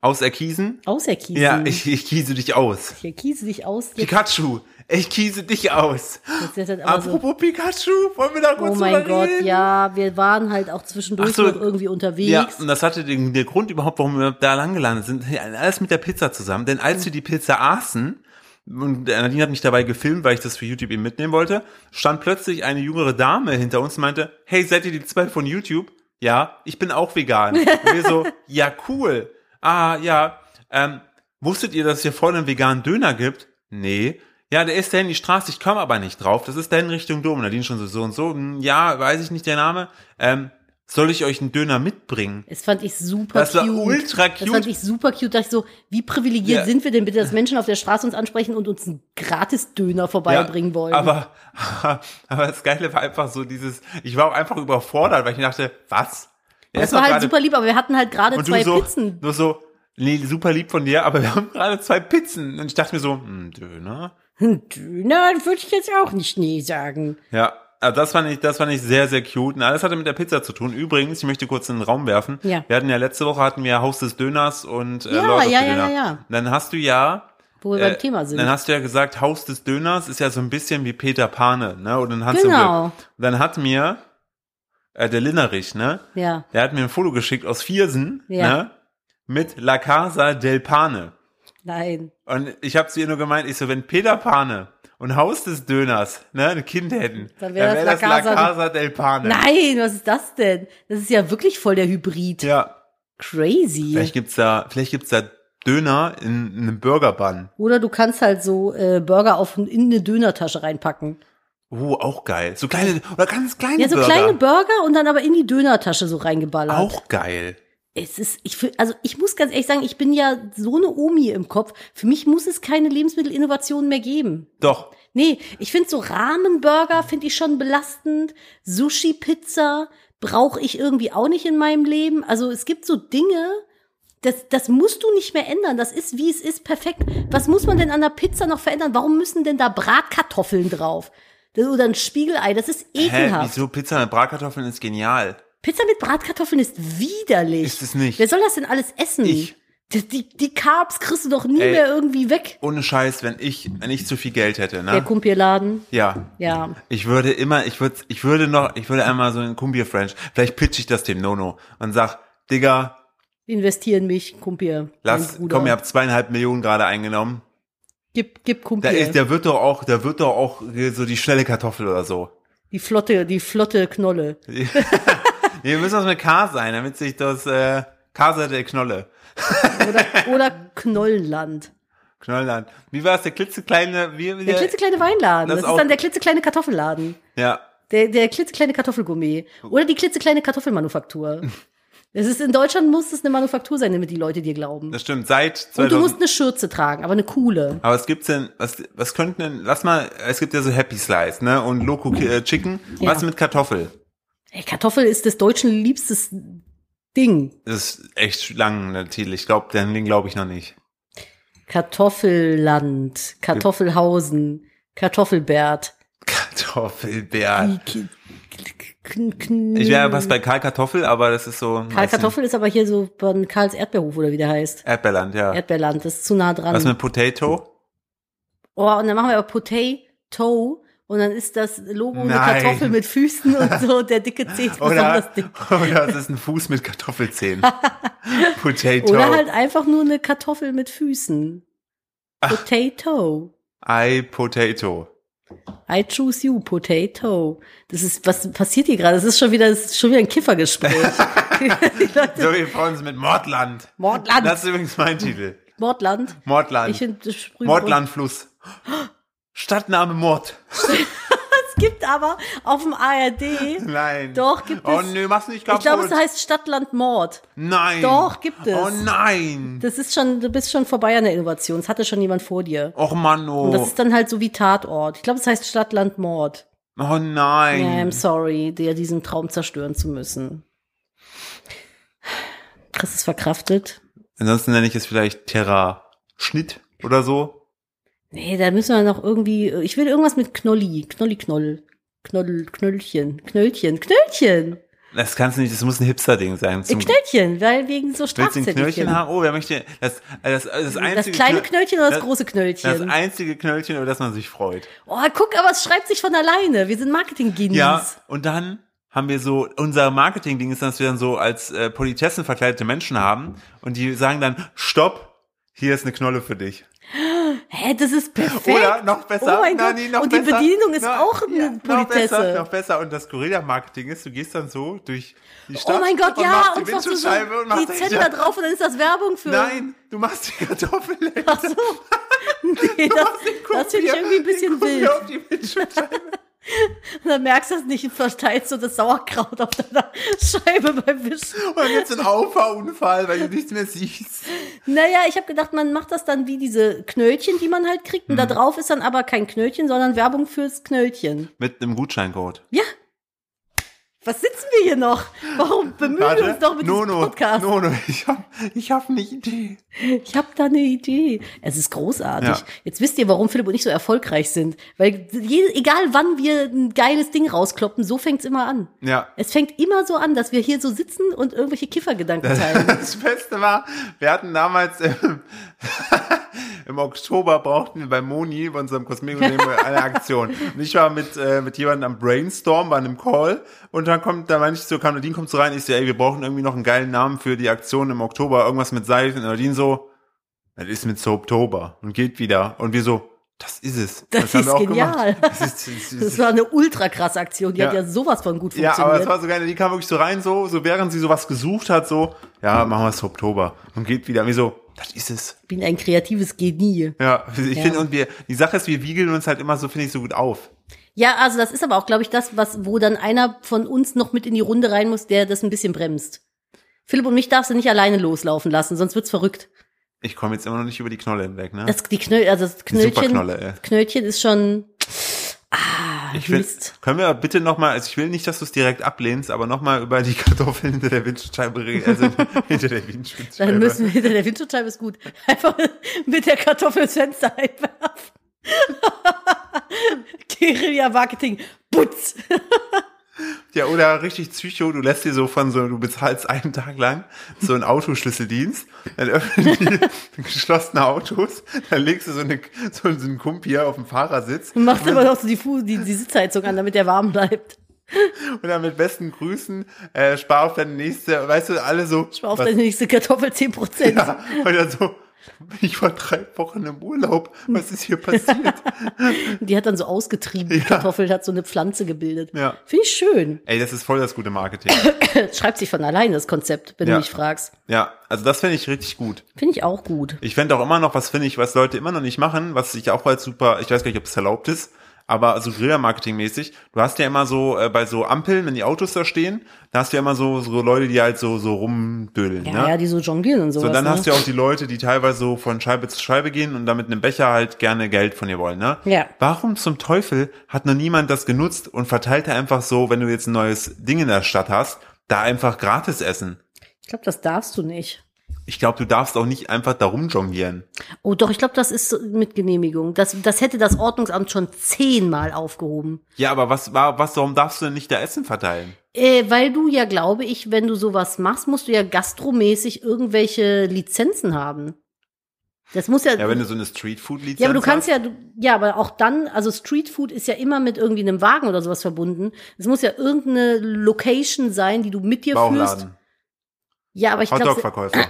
Speaker 1: Auserkiesen?
Speaker 2: Auserkiesen.
Speaker 1: Ja, ich, ich kiese dich aus.
Speaker 2: Hier kiese dich aus. Jetzt,
Speaker 1: Pikachu, ich kiese dich aus.
Speaker 2: jetzt, jetzt, aber so,
Speaker 1: Apropos Pikachu, wollen wir da kurz
Speaker 2: oh
Speaker 1: drüber
Speaker 2: mein Gott,
Speaker 1: reden?
Speaker 2: ja, wir waren halt auch zwischendurch
Speaker 1: Ach so.
Speaker 2: noch irgendwie unterwegs.
Speaker 1: Ja, und das hatte den, der Grund überhaupt, warum wir da lang gelandet sind, alles mit der Pizza zusammen. Denn als wir die Pizza aßen, und Nadine hat mich dabei gefilmt, weil ich das für YouTube eben mitnehmen wollte, stand plötzlich eine jüngere Dame hinter uns und meinte, hey, seid ihr die zwei von YouTube? Ja, ich bin auch vegan. Und wir so, ja, cool. Ah, ja. Ähm, wusstet ihr, dass es hier vorne einen veganen Döner gibt? Nee. Ja, der ist da in die Straße, ich komme aber nicht drauf. Das ist da in Richtung Dom. Nadine schon so, so und so. Hm, Ja, weiß ich nicht, der Name. Ähm, soll ich euch einen Döner mitbringen?
Speaker 2: Das fand ich super
Speaker 1: Das war
Speaker 2: cute.
Speaker 1: ultra
Speaker 2: Das
Speaker 1: cute.
Speaker 2: fand ich super cute. Dachte ich so, wie privilegiert
Speaker 1: Ja.
Speaker 2: sind wir denn bitte, dass Menschen auf der Straße uns ansprechen und uns einen Gratis-Döner vorbeibringen wollen?
Speaker 1: Aber, aber das Geile war einfach so dieses, ich war auch einfach überfordert, weil ich mir dachte, was? Der
Speaker 2: das
Speaker 1: ist
Speaker 2: war
Speaker 1: doch
Speaker 2: halt
Speaker 1: gerade-
Speaker 2: super lieb, aber wir hatten halt gerade
Speaker 1: Und
Speaker 2: zwei
Speaker 1: du so,
Speaker 2: Pizzen.
Speaker 1: Du so, nee, super lieb von dir, aber wir haben gerade zwei Pizzen. Und ich dachte mir so, hm, Döner?
Speaker 2: Ein Hm, Döner würde ich jetzt auch nicht nee sagen.
Speaker 1: Ja. Also das fand ich, das fand ich sehr, sehr cute. Und alles hatte mit der Pizza zu tun. Übrigens, ich möchte kurz in den Raum werfen.
Speaker 2: Ja.
Speaker 1: Wir hatten ja letzte Woche hatten wir Haus des Döners und äh,
Speaker 2: Ja,
Speaker 1: Lord of
Speaker 2: ja,
Speaker 1: the
Speaker 2: ja,
Speaker 1: Döner.
Speaker 2: ja, ja.
Speaker 1: Dann hast du ja
Speaker 2: Wo wir
Speaker 1: Äh,
Speaker 2: beim Thema sind.
Speaker 1: Dann hast du ja gesagt, Haus des Döners ist ja so ein bisschen wie Peter Pane, ne? Oder ein Hans
Speaker 2: Genau.
Speaker 1: im Glück. Und dann hat mir äh, der Linnerich, ne?
Speaker 2: ja.
Speaker 1: Der hat mir ein Foto geschickt aus Viersen,
Speaker 2: Ja.
Speaker 1: ne? Mit La Casa del Pane.
Speaker 2: Nein.
Speaker 1: Und ich habe zu ihr nur gemeint, ich so, wenn Peter Pane und Haus des Döners, ne, ein Kind hätten,
Speaker 2: Dann wär
Speaker 1: dann
Speaker 2: das
Speaker 1: wär
Speaker 2: La
Speaker 1: La
Speaker 2: Casa-
Speaker 1: Casa del Pane.
Speaker 2: Nein, was ist das denn? Das ist ja wirklich voll der Hybrid.
Speaker 1: Ja.
Speaker 2: Crazy.
Speaker 1: Vielleicht gibt's da, vielleicht gibt's da Döner in, in einem Burgerbun.
Speaker 2: Oder du kannst halt so äh, Burger auf, in eine Dönertasche reinpacken.
Speaker 1: Oh, auch geil. So kleine, oder ganz kleine
Speaker 2: Ja, so
Speaker 1: Burger.
Speaker 2: kleine Burger und dann aber in die Dönertasche so reingeballert.
Speaker 1: auch geil.
Speaker 2: Es ist, ich fühl, also ich muss ganz ehrlich sagen, ich bin ja so eine Omi im Kopf. Für mich muss es keine Lebensmittelinnovationen mehr geben.
Speaker 1: Doch.
Speaker 2: Nee, ich finde so Rahmenburger finde ich schon belastend. Sushi-Pizza brauche ich irgendwie auch nicht in meinem Leben. Also es gibt so Dinge, das, das musst du nicht mehr ändern. Das ist, wie es ist, perfekt. Was muss man denn an der Pizza noch verändern? Warum müssen denn da Bratkartoffeln drauf? Das, oder ein Spiegelei, das ist
Speaker 1: Hä,
Speaker 2: ekelhaft.
Speaker 1: wieso Pizza mit Bratkartoffeln ist genial?
Speaker 2: Pizza mit Bratkartoffeln ist widerlich.
Speaker 1: Ist es nicht.
Speaker 2: Wer soll das denn alles essen?
Speaker 1: Ich.
Speaker 2: Die, die, die Carbs kriegst du doch nie
Speaker 1: Ey.
Speaker 2: mehr irgendwie weg.
Speaker 1: Ohne Scheiß, wenn ich wenn ich zu viel Geld hätte,
Speaker 2: Der
Speaker 1: ne?
Speaker 2: Kumpelladen.
Speaker 1: Ja.
Speaker 2: Ja.
Speaker 1: Ich würde immer, ich würde, ich würde noch, ich würde einmal so einen Kumbier French. Vielleicht pitch ich das dem Nono und sag, Digga,
Speaker 2: Investier in mich, Kumpier.
Speaker 1: lass,
Speaker 2: mein Bruder.
Speaker 1: komm, ihr habt zweieinhalb Millionen gerade eingenommen.
Speaker 2: Gib, gib Kumpier.
Speaker 1: Da ist, der wird doch auch, der wird doch auch so die schnelle Kartoffel oder so.
Speaker 2: die flotte, die flotte Knolle.
Speaker 1: Nee, wir müssen das mit K sein, damit sich das, äh, Casa del Knolle.
Speaker 2: Oder Knollenland.
Speaker 1: Knollland. Wie war es, der klitzekleine, wie, wie
Speaker 2: Der klitzekleine
Speaker 1: Das
Speaker 2: Weinladen. Das,
Speaker 1: ist
Speaker 2: ist
Speaker 1: auch-
Speaker 2: dann der klitzekleine Kartoffelladen.
Speaker 1: ja.
Speaker 2: Der, der klitzekleine Kartoffelgourmet.
Speaker 1: Hm.
Speaker 2: Oder die klitzekleine Kartoffelmanufaktur. Es ist, in Deutschland muss es eine Manufaktur sein, damit die Leute dir glauben.
Speaker 1: Das stimmt, seit
Speaker 2: Und
Speaker 1: 2000,
Speaker 2: du musst eine Schürze tragen, aber eine coole.
Speaker 1: Aber es gibt's denn, was, was könnten denn, lass mal, es gibt ja so Happy Slice, ne? Und Loco äh, Chicken.
Speaker 2: Ja.
Speaker 1: Was mit Kartoffel?
Speaker 2: Ey, Kartoffel ist des Deutschen liebstes Ding.
Speaker 1: Das ist echt lang, der Titel. Ich glaube, den glaube ich noch nicht.
Speaker 2: Kartoffelland, Kartoffelhausen, Kartoffelbert.
Speaker 1: Kartoffelbär.
Speaker 2: Die Ki- Kn, kn,
Speaker 1: Äh. Ich wäre fast bei Karl Kartoffel, aber das ist so.
Speaker 2: Karl Kartoffel ist aber hier so von Karls Erdbeerhof oder wie der heißt.
Speaker 1: Erdbeerland, ja.
Speaker 2: Erdbeerland, das ist zu nah dran.
Speaker 1: Was mit Potato?
Speaker 2: Oh, und dann machen wir aber Potato und dann ist das Logo eine
Speaker 1: Nein.
Speaker 2: Kartoffel mit Füßen und so, der dicke Zeh ist
Speaker 1: Oder,
Speaker 2: besonders dick.
Speaker 1: oder es ist ein Fuß mit Kartoffelzehen. Potato.
Speaker 2: Oder halt einfach nur eine Kartoffel mit Füßen. Potato.
Speaker 1: I Potato.
Speaker 2: I choose you, Potato. Das ist, was passiert hier gerade? Das ist schon wieder, das ist schon wieder ein Kiffergespräch. Die Leute-
Speaker 1: So, wir freuen uns mit Mordland.
Speaker 2: Mordland.
Speaker 1: Das ist übrigens mein Titel.
Speaker 2: Mordland.
Speaker 1: Mordland.
Speaker 2: Ich finde, das sprüht-
Speaker 1: Mordlandfluss. Stadtname Mord.
Speaker 2: Es gibt aber auf dem ARD.
Speaker 1: Nein.
Speaker 2: Doch, gibt
Speaker 1: Oh
Speaker 2: es.
Speaker 1: nö, mach's nicht
Speaker 2: Ich
Speaker 1: kaputt.
Speaker 2: glaube, es heißt Stadtland Mord.
Speaker 1: Nein.
Speaker 2: Doch, gibt es.
Speaker 1: Oh nein.
Speaker 2: Das ist schon, du bist schon vorbei an der Innovation. Das hatte schon jemand vor dir.
Speaker 1: Och Mann,
Speaker 2: Und das
Speaker 1: oh.
Speaker 2: ist dann halt so wie Tatort. Ich glaube, es heißt Stadtland Mord.
Speaker 1: Oh
Speaker 2: Ja,
Speaker 1: nein.
Speaker 2: I'm sorry, dir diesen Traum zerstören zu müssen. Chris ist verkraftet.
Speaker 1: Ansonsten nenne ich es vielleicht Terra Schnitt oder so.
Speaker 2: Nee, da müssen wir noch irgendwie. Ich will irgendwas mit Knolli. Knolli Knoll. Knoll, Knöllchen. Knöllchen. Knöllchen.
Speaker 1: Das kannst du nicht, das muss ein Hipster-Ding sein.
Speaker 2: Äh,
Speaker 1: Zum
Speaker 2: Knöllchen, weil wegen so
Speaker 1: Willst du ein Knöllchen
Speaker 2: Strafzettelchen.
Speaker 1: haben? Oh, wer möchte. Das, das, das,
Speaker 2: Das
Speaker 1: einzige
Speaker 2: kleine
Speaker 1: Knö-
Speaker 2: Knöllchen oder das,
Speaker 1: das-
Speaker 2: große
Speaker 1: Das
Speaker 2: Knöllchen?
Speaker 1: einzige Knöllchen, über das man sich freut.
Speaker 2: Oh, guck, aber es schreibt sich von alleine. Wir sind Marketing-Genies.
Speaker 1: Ja, und dann haben wir so, unser Marketing-Ding ist, dass wir dann so als äh, Politessen verkleidete Menschen haben und die sagen dann, stopp, hier ist eine Knolle für dich.
Speaker 2: Hä, das ist perfekt.
Speaker 1: Oder noch besser,
Speaker 2: Oh mein
Speaker 1: Nani,
Speaker 2: Gott.
Speaker 1: noch
Speaker 2: Und die
Speaker 1: besser.
Speaker 2: Bedienung ist
Speaker 1: Na,
Speaker 2: auch eine
Speaker 1: Noch besser,
Speaker 2: Politesse.
Speaker 1: noch besser. Und das skurrile am Marketing ist, du gehst dann so durch die Stadt
Speaker 2: Oh mein Gott,
Speaker 1: und
Speaker 2: ja.
Speaker 1: machst die
Speaker 2: Und machst du so
Speaker 1: Windschutzscheibe und machst
Speaker 2: die Zettel da drauf und dann ist das Werbung für.
Speaker 1: Nein, du machst die Kartoffel leck.
Speaker 2: Ach so. Nee, das, das finde ich irgendwie ein bisschen wild.
Speaker 1: Auf die Windschutzscheibe.
Speaker 2: Und dann merkst du es nicht und verteilst so das Sauerkraut auf deiner Scheibe beim Wischen.
Speaker 1: Und dann gibt's einen Auffahrunfall, weil du nichts mehr siehst.
Speaker 2: Naja, ich habe gedacht, man macht das dann wie diese Knöllchen, die man halt kriegt. Und
Speaker 1: Mhm.
Speaker 2: da drauf ist dann aber kein Knöllchen, sondern Werbung fürs Knöllchen.
Speaker 1: Mit einem Gutscheincode.
Speaker 2: Ja. Was sitzen wir hier noch? Warum bemühen wir uns doch mit diesem
Speaker 1: Nono,
Speaker 2: Podcast?
Speaker 1: Nono, ich hab, ich hab eine Idee.
Speaker 2: Ich habe da eine Idee. Es ist großartig.
Speaker 1: Ja.
Speaker 2: Jetzt wisst ihr, warum Philipp und ich so erfolgreich sind. Weil je, egal wann wir ein geiles Ding rauskloppen, so fängt's immer an.
Speaker 1: Ja.
Speaker 2: Es fängt immer so an, dass wir hier so sitzen und irgendwelche Kiffergedanken teilen.
Speaker 1: Das Beste war, wir hatten damals im, im Oktober brauchten wir bei Moni, bei unserem Kosmetikunternehmen, eine Aktion. Und ich war mit, äh, mit jemandem am Brainstorm bei einem Call und dann kommt, da meinte ich so, kam Nadine, kommt so rein, ich so, ey, wir brauchen irgendwie noch einen geilen Namen für die Aktion im Oktober, irgendwas mit Seifen. Und Nadine so, das ist mit Soaptober und geht wieder. Und wir so, das ist es.
Speaker 2: Das
Speaker 1: haben wir
Speaker 2: ist
Speaker 1: auch gemacht.
Speaker 2: genial.
Speaker 1: Das ist, das ist,
Speaker 2: Das war eine ultra krasse Aktion. Die
Speaker 1: Ja.
Speaker 2: hat ja sowas von gut
Speaker 1: Ja,
Speaker 2: funktioniert.
Speaker 1: aber es war so geil, die kam wirklich so rein, so, so während sie sowas gesucht hat, so, ja, machen wir es Oktober. Und geht wieder. Und wir so, das ist es.
Speaker 2: ich bin ein kreatives Genie.
Speaker 1: Ja, ich
Speaker 2: Ja.
Speaker 1: finde, und wir, die Sache ist, wir wiegeln uns halt immer so, finde ich, so gut auf.
Speaker 2: Ja, also das ist aber auch, glaube ich, das, was, wo dann einer von uns noch mit in die Runde rein muss, der das ein bisschen bremst. Philipp und mich darfst du nicht alleine loslaufen lassen, sonst wird's verrückt.
Speaker 1: Ich komme jetzt immer noch nicht über die Knolle hinweg, ne?
Speaker 2: Das, die Knöll, also das
Speaker 1: Die
Speaker 2: Knöllchen,
Speaker 1: Superknolle, ey.
Speaker 2: Knöllchen ist schon, ah,
Speaker 1: ich will,
Speaker 2: Mist.
Speaker 1: können wir bitte nochmal, also ich will nicht, dass du es direkt ablehnst, aber nochmal über die Kartoffeln hinter der Windschutzscheibe reden, also hinter der Windschutzscheibe.
Speaker 2: Dann müssen wir hinter der Windschutzscheibe ist gut. Einfach mit der Kartoffel ins Fenster einwerfen. Guerilla Marketing. Putz.
Speaker 1: Ja, oder richtig Psycho, du lässt dir so von so, du bezahlst einen Tag lang so einen Autoschlüsseldienst, dann öffnen die geschlossene Autos, dann legst du so, eine, so einen Kumpi auf den Fahrersitz
Speaker 2: Und macht immer noch so die, Fu die, die Sitzheizung an, damit der warm bleibt.
Speaker 1: und dann mit besten Grüßen, äh, spar auf deine nächste, weißt du, alle so.
Speaker 2: Ich war auf
Speaker 1: was-
Speaker 2: deine nächste Kartoffel 10%.
Speaker 1: ja, und dann so, ich war drei Wochen im Urlaub, was ist hier passiert?
Speaker 2: Die hat dann so ausgetrieben, die
Speaker 1: Ja.
Speaker 2: Kartoffel hat so eine Pflanze gebildet.
Speaker 1: Ja.
Speaker 2: Finde ich schön.
Speaker 1: Ey, das ist voll das gute Marketing.
Speaker 2: Schreibt sich von alleine das Konzept, wenn
Speaker 1: Ja.
Speaker 2: du mich fragst.
Speaker 1: Ja, also das finde ich richtig gut.
Speaker 2: Finde ich auch gut.
Speaker 1: Ich fände auch immer noch, was finde ich, was Leute immer noch nicht machen, was ich auch als super, ich weiß gar nicht, ob es erlaubt ist, aber so Griller-Marketing-mäßig, du hast ja immer so, äh, bei so Ampeln, wenn die Autos da stehen, da hast du ja immer so, so Leute, die halt so, so rumdödeln,
Speaker 2: Ja,
Speaker 1: ne?
Speaker 2: ja, die so jonglieren und sowas.
Speaker 1: so, dann
Speaker 2: ne?
Speaker 1: hast du ja auch die Leute, die teilweise so von Scheibe zu Scheibe gehen und dann mit einem Becher halt gerne Geld von dir wollen, ne?
Speaker 2: Ja.
Speaker 1: Warum zum Teufel hat noch niemand das genutzt und verteilt da einfach so, wenn du jetzt ein neues Ding in der Stadt hast, da einfach gratis essen?
Speaker 2: ich glaube, das darfst du nicht.
Speaker 1: Ich glaube, du darfst auch nicht einfach darum jonglieren.
Speaker 2: Oh doch, ich glaube, das ist mit Genehmigung. Das, das hätte das Ordnungsamt schon zehnmal aufgehoben.
Speaker 1: Ja, aber was, wa- was, warum darfst du denn nicht da Essen verteilen?
Speaker 2: Äh, weil du ja, glaube ich, wenn du sowas machst, musst du ja gastromäßig irgendwelche Lizenzen haben. Das muss ja.
Speaker 1: Ja, wenn du so eine Streetfood-Lizenz
Speaker 2: Ja, aber du kannst
Speaker 1: hast,
Speaker 2: ja, du, ja, aber auch dann, also Streetfood ist ja immer mit irgendwie einem Wagen oder sowas verbunden. Es muss ja irgendeine Location sein, die du mit dir führst.
Speaker 1: Bauchladen,
Speaker 2: Ja, aber ich glaube,
Speaker 1: Hotdog-Verkäufer.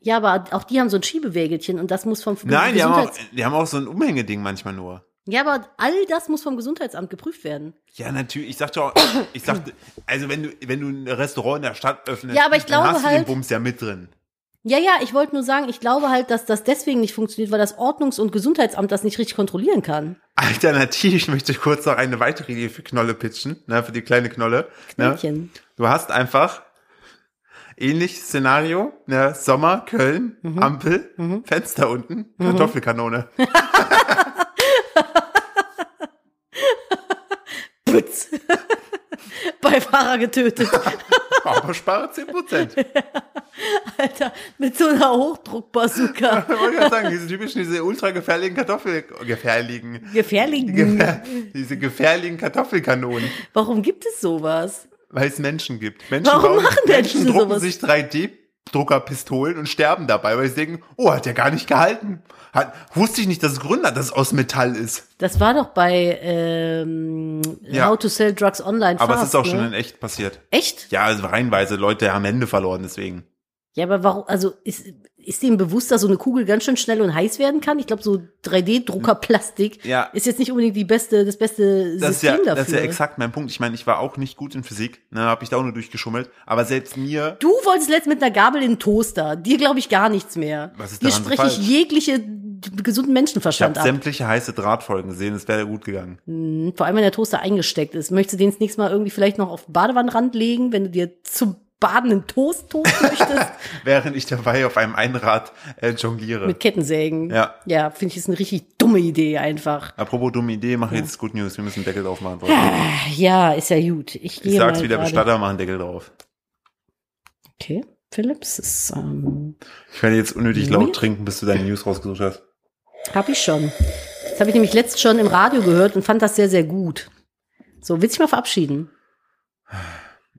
Speaker 2: ja, aber auch die haben so ein Schiebewägelchen und das muss vom
Speaker 1: Nein, die haben, auch,
Speaker 2: Gesundheits-
Speaker 1: die haben auch so ein Umhängeding manchmal nur.
Speaker 2: Ja, aber all das muss vom Gesundheitsamt geprüft werden.
Speaker 1: Ja, natürlich. Ich sagte auch, ich sagte, also wenn du, wenn du ein Restaurant in der Stadt öffnest,
Speaker 2: Ja, aber ich
Speaker 1: dann
Speaker 2: glaube
Speaker 1: hast du
Speaker 2: halt-
Speaker 1: den Bums ja mit drin.
Speaker 2: Ja, ja, ich wollte nur sagen, ich glaube halt, dass das deswegen nicht funktioniert, weil das Ordnungs- und Gesundheitsamt das nicht richtig kontrollieren kann.
Speaker 1: Alternativ, ich möchte kurz noch eine weitere Idee für Knolle pitchen, ne, für die kleine Knolle. Ne?
Speaker 2: Mädchen.
Speaker 1: Du hast einfach ähnliches Szenario, ne, Sommer, Köln,
Speaker 2: Mhm.
Speaker 1: Ampel, Fenster unten, Kartoffelkanone.
Speaker 2: Pütz. Beifahrer getötet.
Speaker 1: Aber spare 10 Prozent.
Speaker 2: Alter, mit so einer Hochdruckbazooka.
Speaker 1: Ich wollte gerade sagen, diese typischen, diese ultra gefährlichen Kartoffel, gefährlichen,
Speaker 2: Gefährlichen.
Speaker 1: gefähr, diese gefährlichen Kartoffelkanonen,
Speaker 2: Warum gibt es sowas?
Speaker 1: weil es Menschen gibt. Menschen
Speaker 2: Warum machen
Speaker 1: Menschen,
Speaker 2: Menschen
Speaker 1: drucken
Speaker 2: sowas?
Speaker 1: sich 3D-Druckerpistolen und sterben dabei, weil sie denken, oh, hat ja gar nicht gehalten. Hat, wusste ich nicht, dass es Gründer, dass es aus Metall ist.
Speaker 2: Das war doch bei ähm,
Speaker 1: Ja.
Speaker 2: How to Sell Drugs Online.
Speaker 1: Aber
Speaker 2: Fast,
Speaker 1: es ist auch
Speaker 2: ne?
Speaker 1: schon in echt passiert.
Speaker 2: Echt?
Speaker 1: Ja, also reihenweise Leute haben Hände verloren, deswegen.
Speaker 2: Ja, aber warum, also ist, ist ihm bewusst, dass so eine Kugel ganz schön schnell und heiß werden kann? Ich glaube, so 3D-Drucker-Plastik
Speaker 1: Hm. Ja.
Speaker 2: ist jetzt nicht unbedingt die beste, das beste
Speaker 1: Das ist, ja,
Speaker 2: System dafür.
Speaker 1: das ist ja exakt mein Punkt. Ich meine, ich war auch nicht gut in Physik, ne, habe ich da auch nur durchgeschummelt. Aber selbst mir,
Speaker 2: Du wolltest letztens mit einer Gabel in den Toaster. Dir glaube ich gar nichts mehr.
Speaker 1: Was ist
Speaker 2: Dir
Speaker 1: daran so
Speaker 2: spreche ich
Speaker 1: falsch?
Speaker 2: jegliche gesunden
Speaker 1: ich habe
Speaker 2: Menschenverstand ab.
Speaker 1: sämtliche heiße Drahtfolgen gesehen, es wäre gut gegangen.
Speaker 2: Hm, Vor allem, wenn der Toaster eingesteckt ist. Möchtest du den das nächste Mal irgendwie vielleicht noch auf den Badewannenrand legen, wenn du dir zum Baden einen Toast toasten möchtest?
Speaker 1: Während ich dabei auf einem Einrad äh, jongliere.
Speaker 2: Mit Kettensägen.
Speaker 1: Ja.
Speaker 2: Ja, finde ich, ist eine richtig dumme Idee einfach.
Speaker 1: Apropos dumme Idee, mach jetzt Good News, wir müssen Deckel drauf machen.
Speaker 2: Ah, Ja, ist ja gut. Ich gehe
Speaker 1: Ich sag's
Speaker 2: mal
Speaker 1: wieder,
Speaker 2: gerade-
Speaker 1: Bestatter machen Deckel drauf.
Speaker 2: Okay, Philips ist, ähm,
Speaker 1: Ich werde jetzt unnötig laut
Speaker 2: Mir?
Speaker 1: trinken, bis du deine News rausgesucht hast.
Speaker 2: hab ich schon. Das habe ich nämlich letztens schon im Radio gehört und fand das sehr, sehr gut. So, willst du dich mal verabschieden?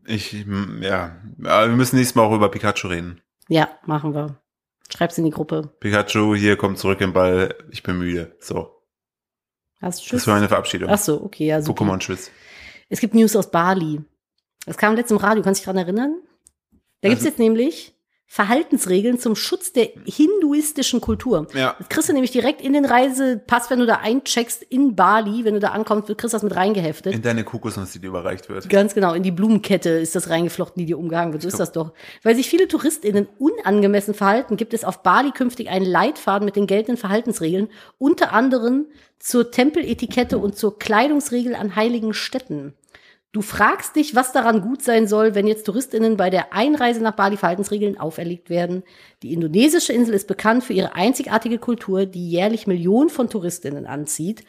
Speaker 1: Ich, mm, ja, aber wir müssen nächstes Mal auch über Pikachu reden.
Speaker 2: Ja, machen wir. Schreib's in die Gruppe.
Speaker 1: Pikachu, hier, komm zurück im Ball, ich bin müde. So,
Speaker 2: Hast
Speaker 1: das
Speaker 2: du Tschüss?
Speaker 1: war meine Verabschiedung.
Speaker 2: Ach so, okay, ja, super.
Speaker 1: Pokémon, tschüss.
Speaker 2: Es gibt News aus Bali. Das kam letztens im Radio, kannst du dich dran erinnern? Da gibt's
Speaker 1: Also-
Speaker 2: jetzt nämlich Verhaltensregeln zum Schutz der hinduistischen Kultur.
Speaker 1: Ja.
Speaker 2: Das kriegst du nämlich direkt in den Reisepass, wenn du da eincheckst in Bali, wenn du da ankommst, kriegst du das mit reingeheftet.
Speaker 1: In deine Kokosnuss, die dir überreicht wird.
Speaker 2: Ganz genau, in die Blumenkette ist das reingeflochten, die dir umgehangen wird. So ist das doch. Weil sich viele TouristInnen unangemessen verhalten, gibt es auf Bali künftig einen Leitfaden mit den geltenden Verhaltensregeln, unter anderem zur Tempeletikette und zur Kleidungsregel an heiligen Städten. Du fragst dich, was daran gut sein soll, wenn jetzt TouristInnen bei der Einreise nach Bali Verhaltensregeln auferlegt werden. Die indonesische Insel ist bekannt für ihre einzigartige Kultur, die jährlich Millionen von TouristInnen anzieht.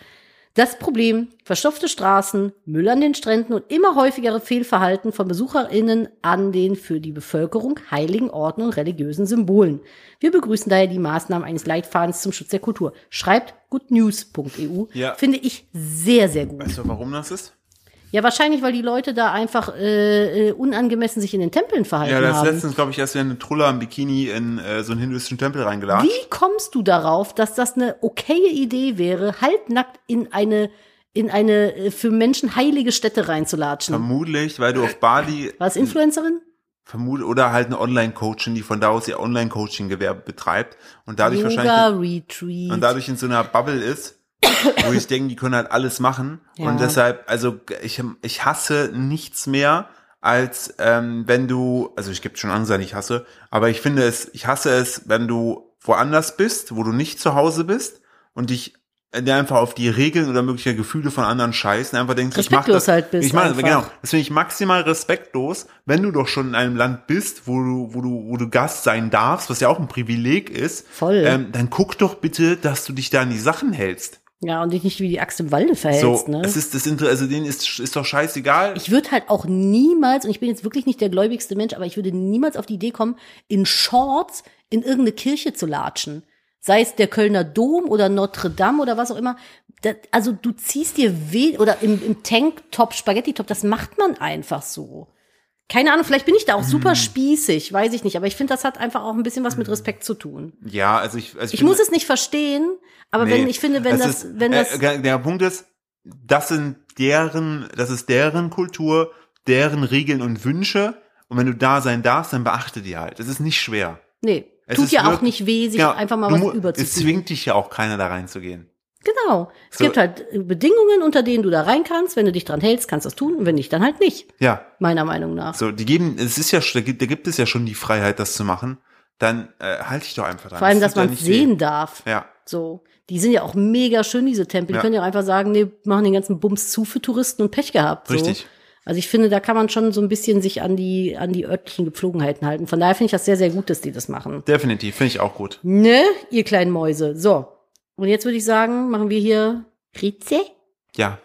Speaker 2: Das Problem, verstopfte Straßen, Müll an den Stränden und immer häufigere Fehlverhalten von BesucherInnen an den für die Bevölkerung heiligen Orten und religiösen Symbolen. Wir begrüßen daher die Maßnahmen eines Leitfadens zum Schutz der Kultur. Schreibt goodnews.eu.
Speaker 1: Ja.
Speaker 2: Finde ich sehr, sehr gut.
Speaker 1: Weißt du, warum das ist?
Speaker 2: Ja, wahrscheinlich, weil die Leute da einfach äh, äh, unangemessen sich in den Tempeln verhalten
Speaker 1: Ja, das ist
Speaker 2: haben.
Speaker 1: letztens, glaube ich, erst wieder eine Trulle am Bikini in äh, so einen hinduistischen Tempel reingeladen.
Speaker 2: Wie kommst du darauf, dass das eine okaye Idee wäre, halbnackt in eine in eine äh, für Menschen heilige Stätte reinzulatschen?
Speaker 1: Vermutlich, weil du auf Bali
Speaker 2: War es Influencerin?
Speaker 1: vermut oder halt eine Online-Coachin, die von da aus ihr Online-Coaching-Gewerbe betreibt und dadurch
Speaker 2: Yoga
Speaker 1: wahrscheinlich
Speaker 2: Retreat.
Speaker 1: und dadurch in so einer Bubble ist, wo ich denke, die können halt alles machen
Speaker 2: Ja.
Speaker 1: und deshalb, also ich ich hasse nichts mehr als ähm, wenn du, also ich gebe schon an, sein ich hasse, aber ich finde es, ich hasse es, wenn du woanders bist, wo du nicht zu Hause bist und dich äh, dir einfach auf die Regeln oder mögliche Gefühle von anderen scheißt und einfach denkst, ich mach
Speaker 2: Respektlos
Speaker 1: das,
Speaker 2: halt bist
Speaker 1: ich mach das,
Speaker 2: einfach.
Speaker 1: genau, das finde ich maximal respektlos, wenn du doch schon in einem Land bist, wo du, wo du, wo du Gast sein darfst, was ja auch ein Privileg ist.
Speaker 2: Voll.
Speaker 1: Ähm, dann guck doch bitte, dass du dich da an die Sachen hältst.
Speaker 2: ja, und dich nicht wie die Axt im Walde
Speaker 1: so,
Speaker 2: verhältst, ne?
Speaker 1: es ist das Inter also denen ist, ist doch scheißegal.
Speaker 2: Ich würde halt auch niemals, und ich bin jetzt wirklich nicht der gläubigste Mensch, aber ich würde niemals auf die Idee kommen, in Shorts in irgendeine Kirche zu latschen. Sei es der Kölner Dom oder Notre Dame oder was auch immer. Das, also du ziehst dir weh oder im, im Tanktop, Spaghetti-Top, das macht man einfach so. Keine Ahnung, vielleicht bin ich da auch
Speaker 1: Hm.
Speaker 2: super spießig, weiß ich nicht. Aber ich finde, das hat einfach auch ein bisschen was mit Respekt zu tun.
Speaker 1: Ja, also Hm. ich, also
Speaker 2: Ich
Speaker 1: finde-
Speaker 2: muss es nicht verstehen, aber wenn
Speaker 1: Nee.
Speaker 2: ich finde, wenn
Speaker 1: Es
Speaker 2: das,
Speaker 1: ist,
Speaker 2: wenn das,
Speaker 1: äh, der- der Punkt ist, das sind deren, das ist deren Kultur, deren Regeln und Wünsche. Und wenn du da sein darfst, dann beachte die halt. Es ist nicht schwer.
Speaker 2: nee,
Speaker 1: es
Speaker 2: tut
Speaker 1: ist
Speaker 2: ja auch
Speaker 1: wirklich-
Speaker 2: nicht weh, sich
Speaker 1: Ja,
Speaker 2: einfach mal
Speaker 1: du
Speaker 2: was
Speaker 1: mu- Es
Speaker 2: überzuziehen.
Speaker 1: zwingt dich ja auch keiner da reinzugehen.
Speaker 2: Genau. Es
Speaker 1: So-
Speaker 2: gibt halt Bedingungen, unter denen du da rein kannst. Wenn du dich dran hältst, kannst du das tun. Und wenn nicht, dann halt nicht.
Speaker 1: Ja,
Speaker 2: Meiner Meinung nach.
Speaker 1: so die geben, es ist ja, sch- da gibt, da gibt es ja schon die Freiheit, das zu machen. Dann äh, halte ich doch einfach dran.
Speaker 2: Vor allem,
Speaker 1: Das
Speaker 2: dass
Speaker 1: tut ja
Speaker 2: man
Speaker 1: nicht
Speaker 2: sehen
Speaker 1: weh.
Speaker 2: darf.
Speaker 1: Ja,
Speaker 2: So. Die sind ja auch mega schön, diese Tempel. Die
Speaker 1: Ja.
Speaker 2: können ja auch einfach sagen, nee, machen den ganzen Bums zu für Touristen und Pech gehabt. So.
Speaker 1: Richtig.
Speaker 2: Also ich finde, da kann man schon so ein bisschen sich an die, an die örtlichen Gepflogenheiten halten. Von daher finde ich das sehr, sehr gut, dass die das machen.
Speaker 1: definitiv, finde ich auch gut.
Speaker 2: Ne, ihr kleinen Mäuse. So. Und jetzt würde ich sagen, machen wir hier Ritze
Speaker 1: Ja,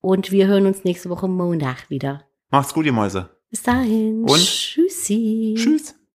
Speaker 2: und wir hören uns nächste Woche Montag wieder.
Speaker 1: macht's gut, ihr Mäuse.
Speaker 2: Bis dahin.
Speaker 1: Und?
Speaker 2: Tschüssi.
Speaker 1: Tschüss.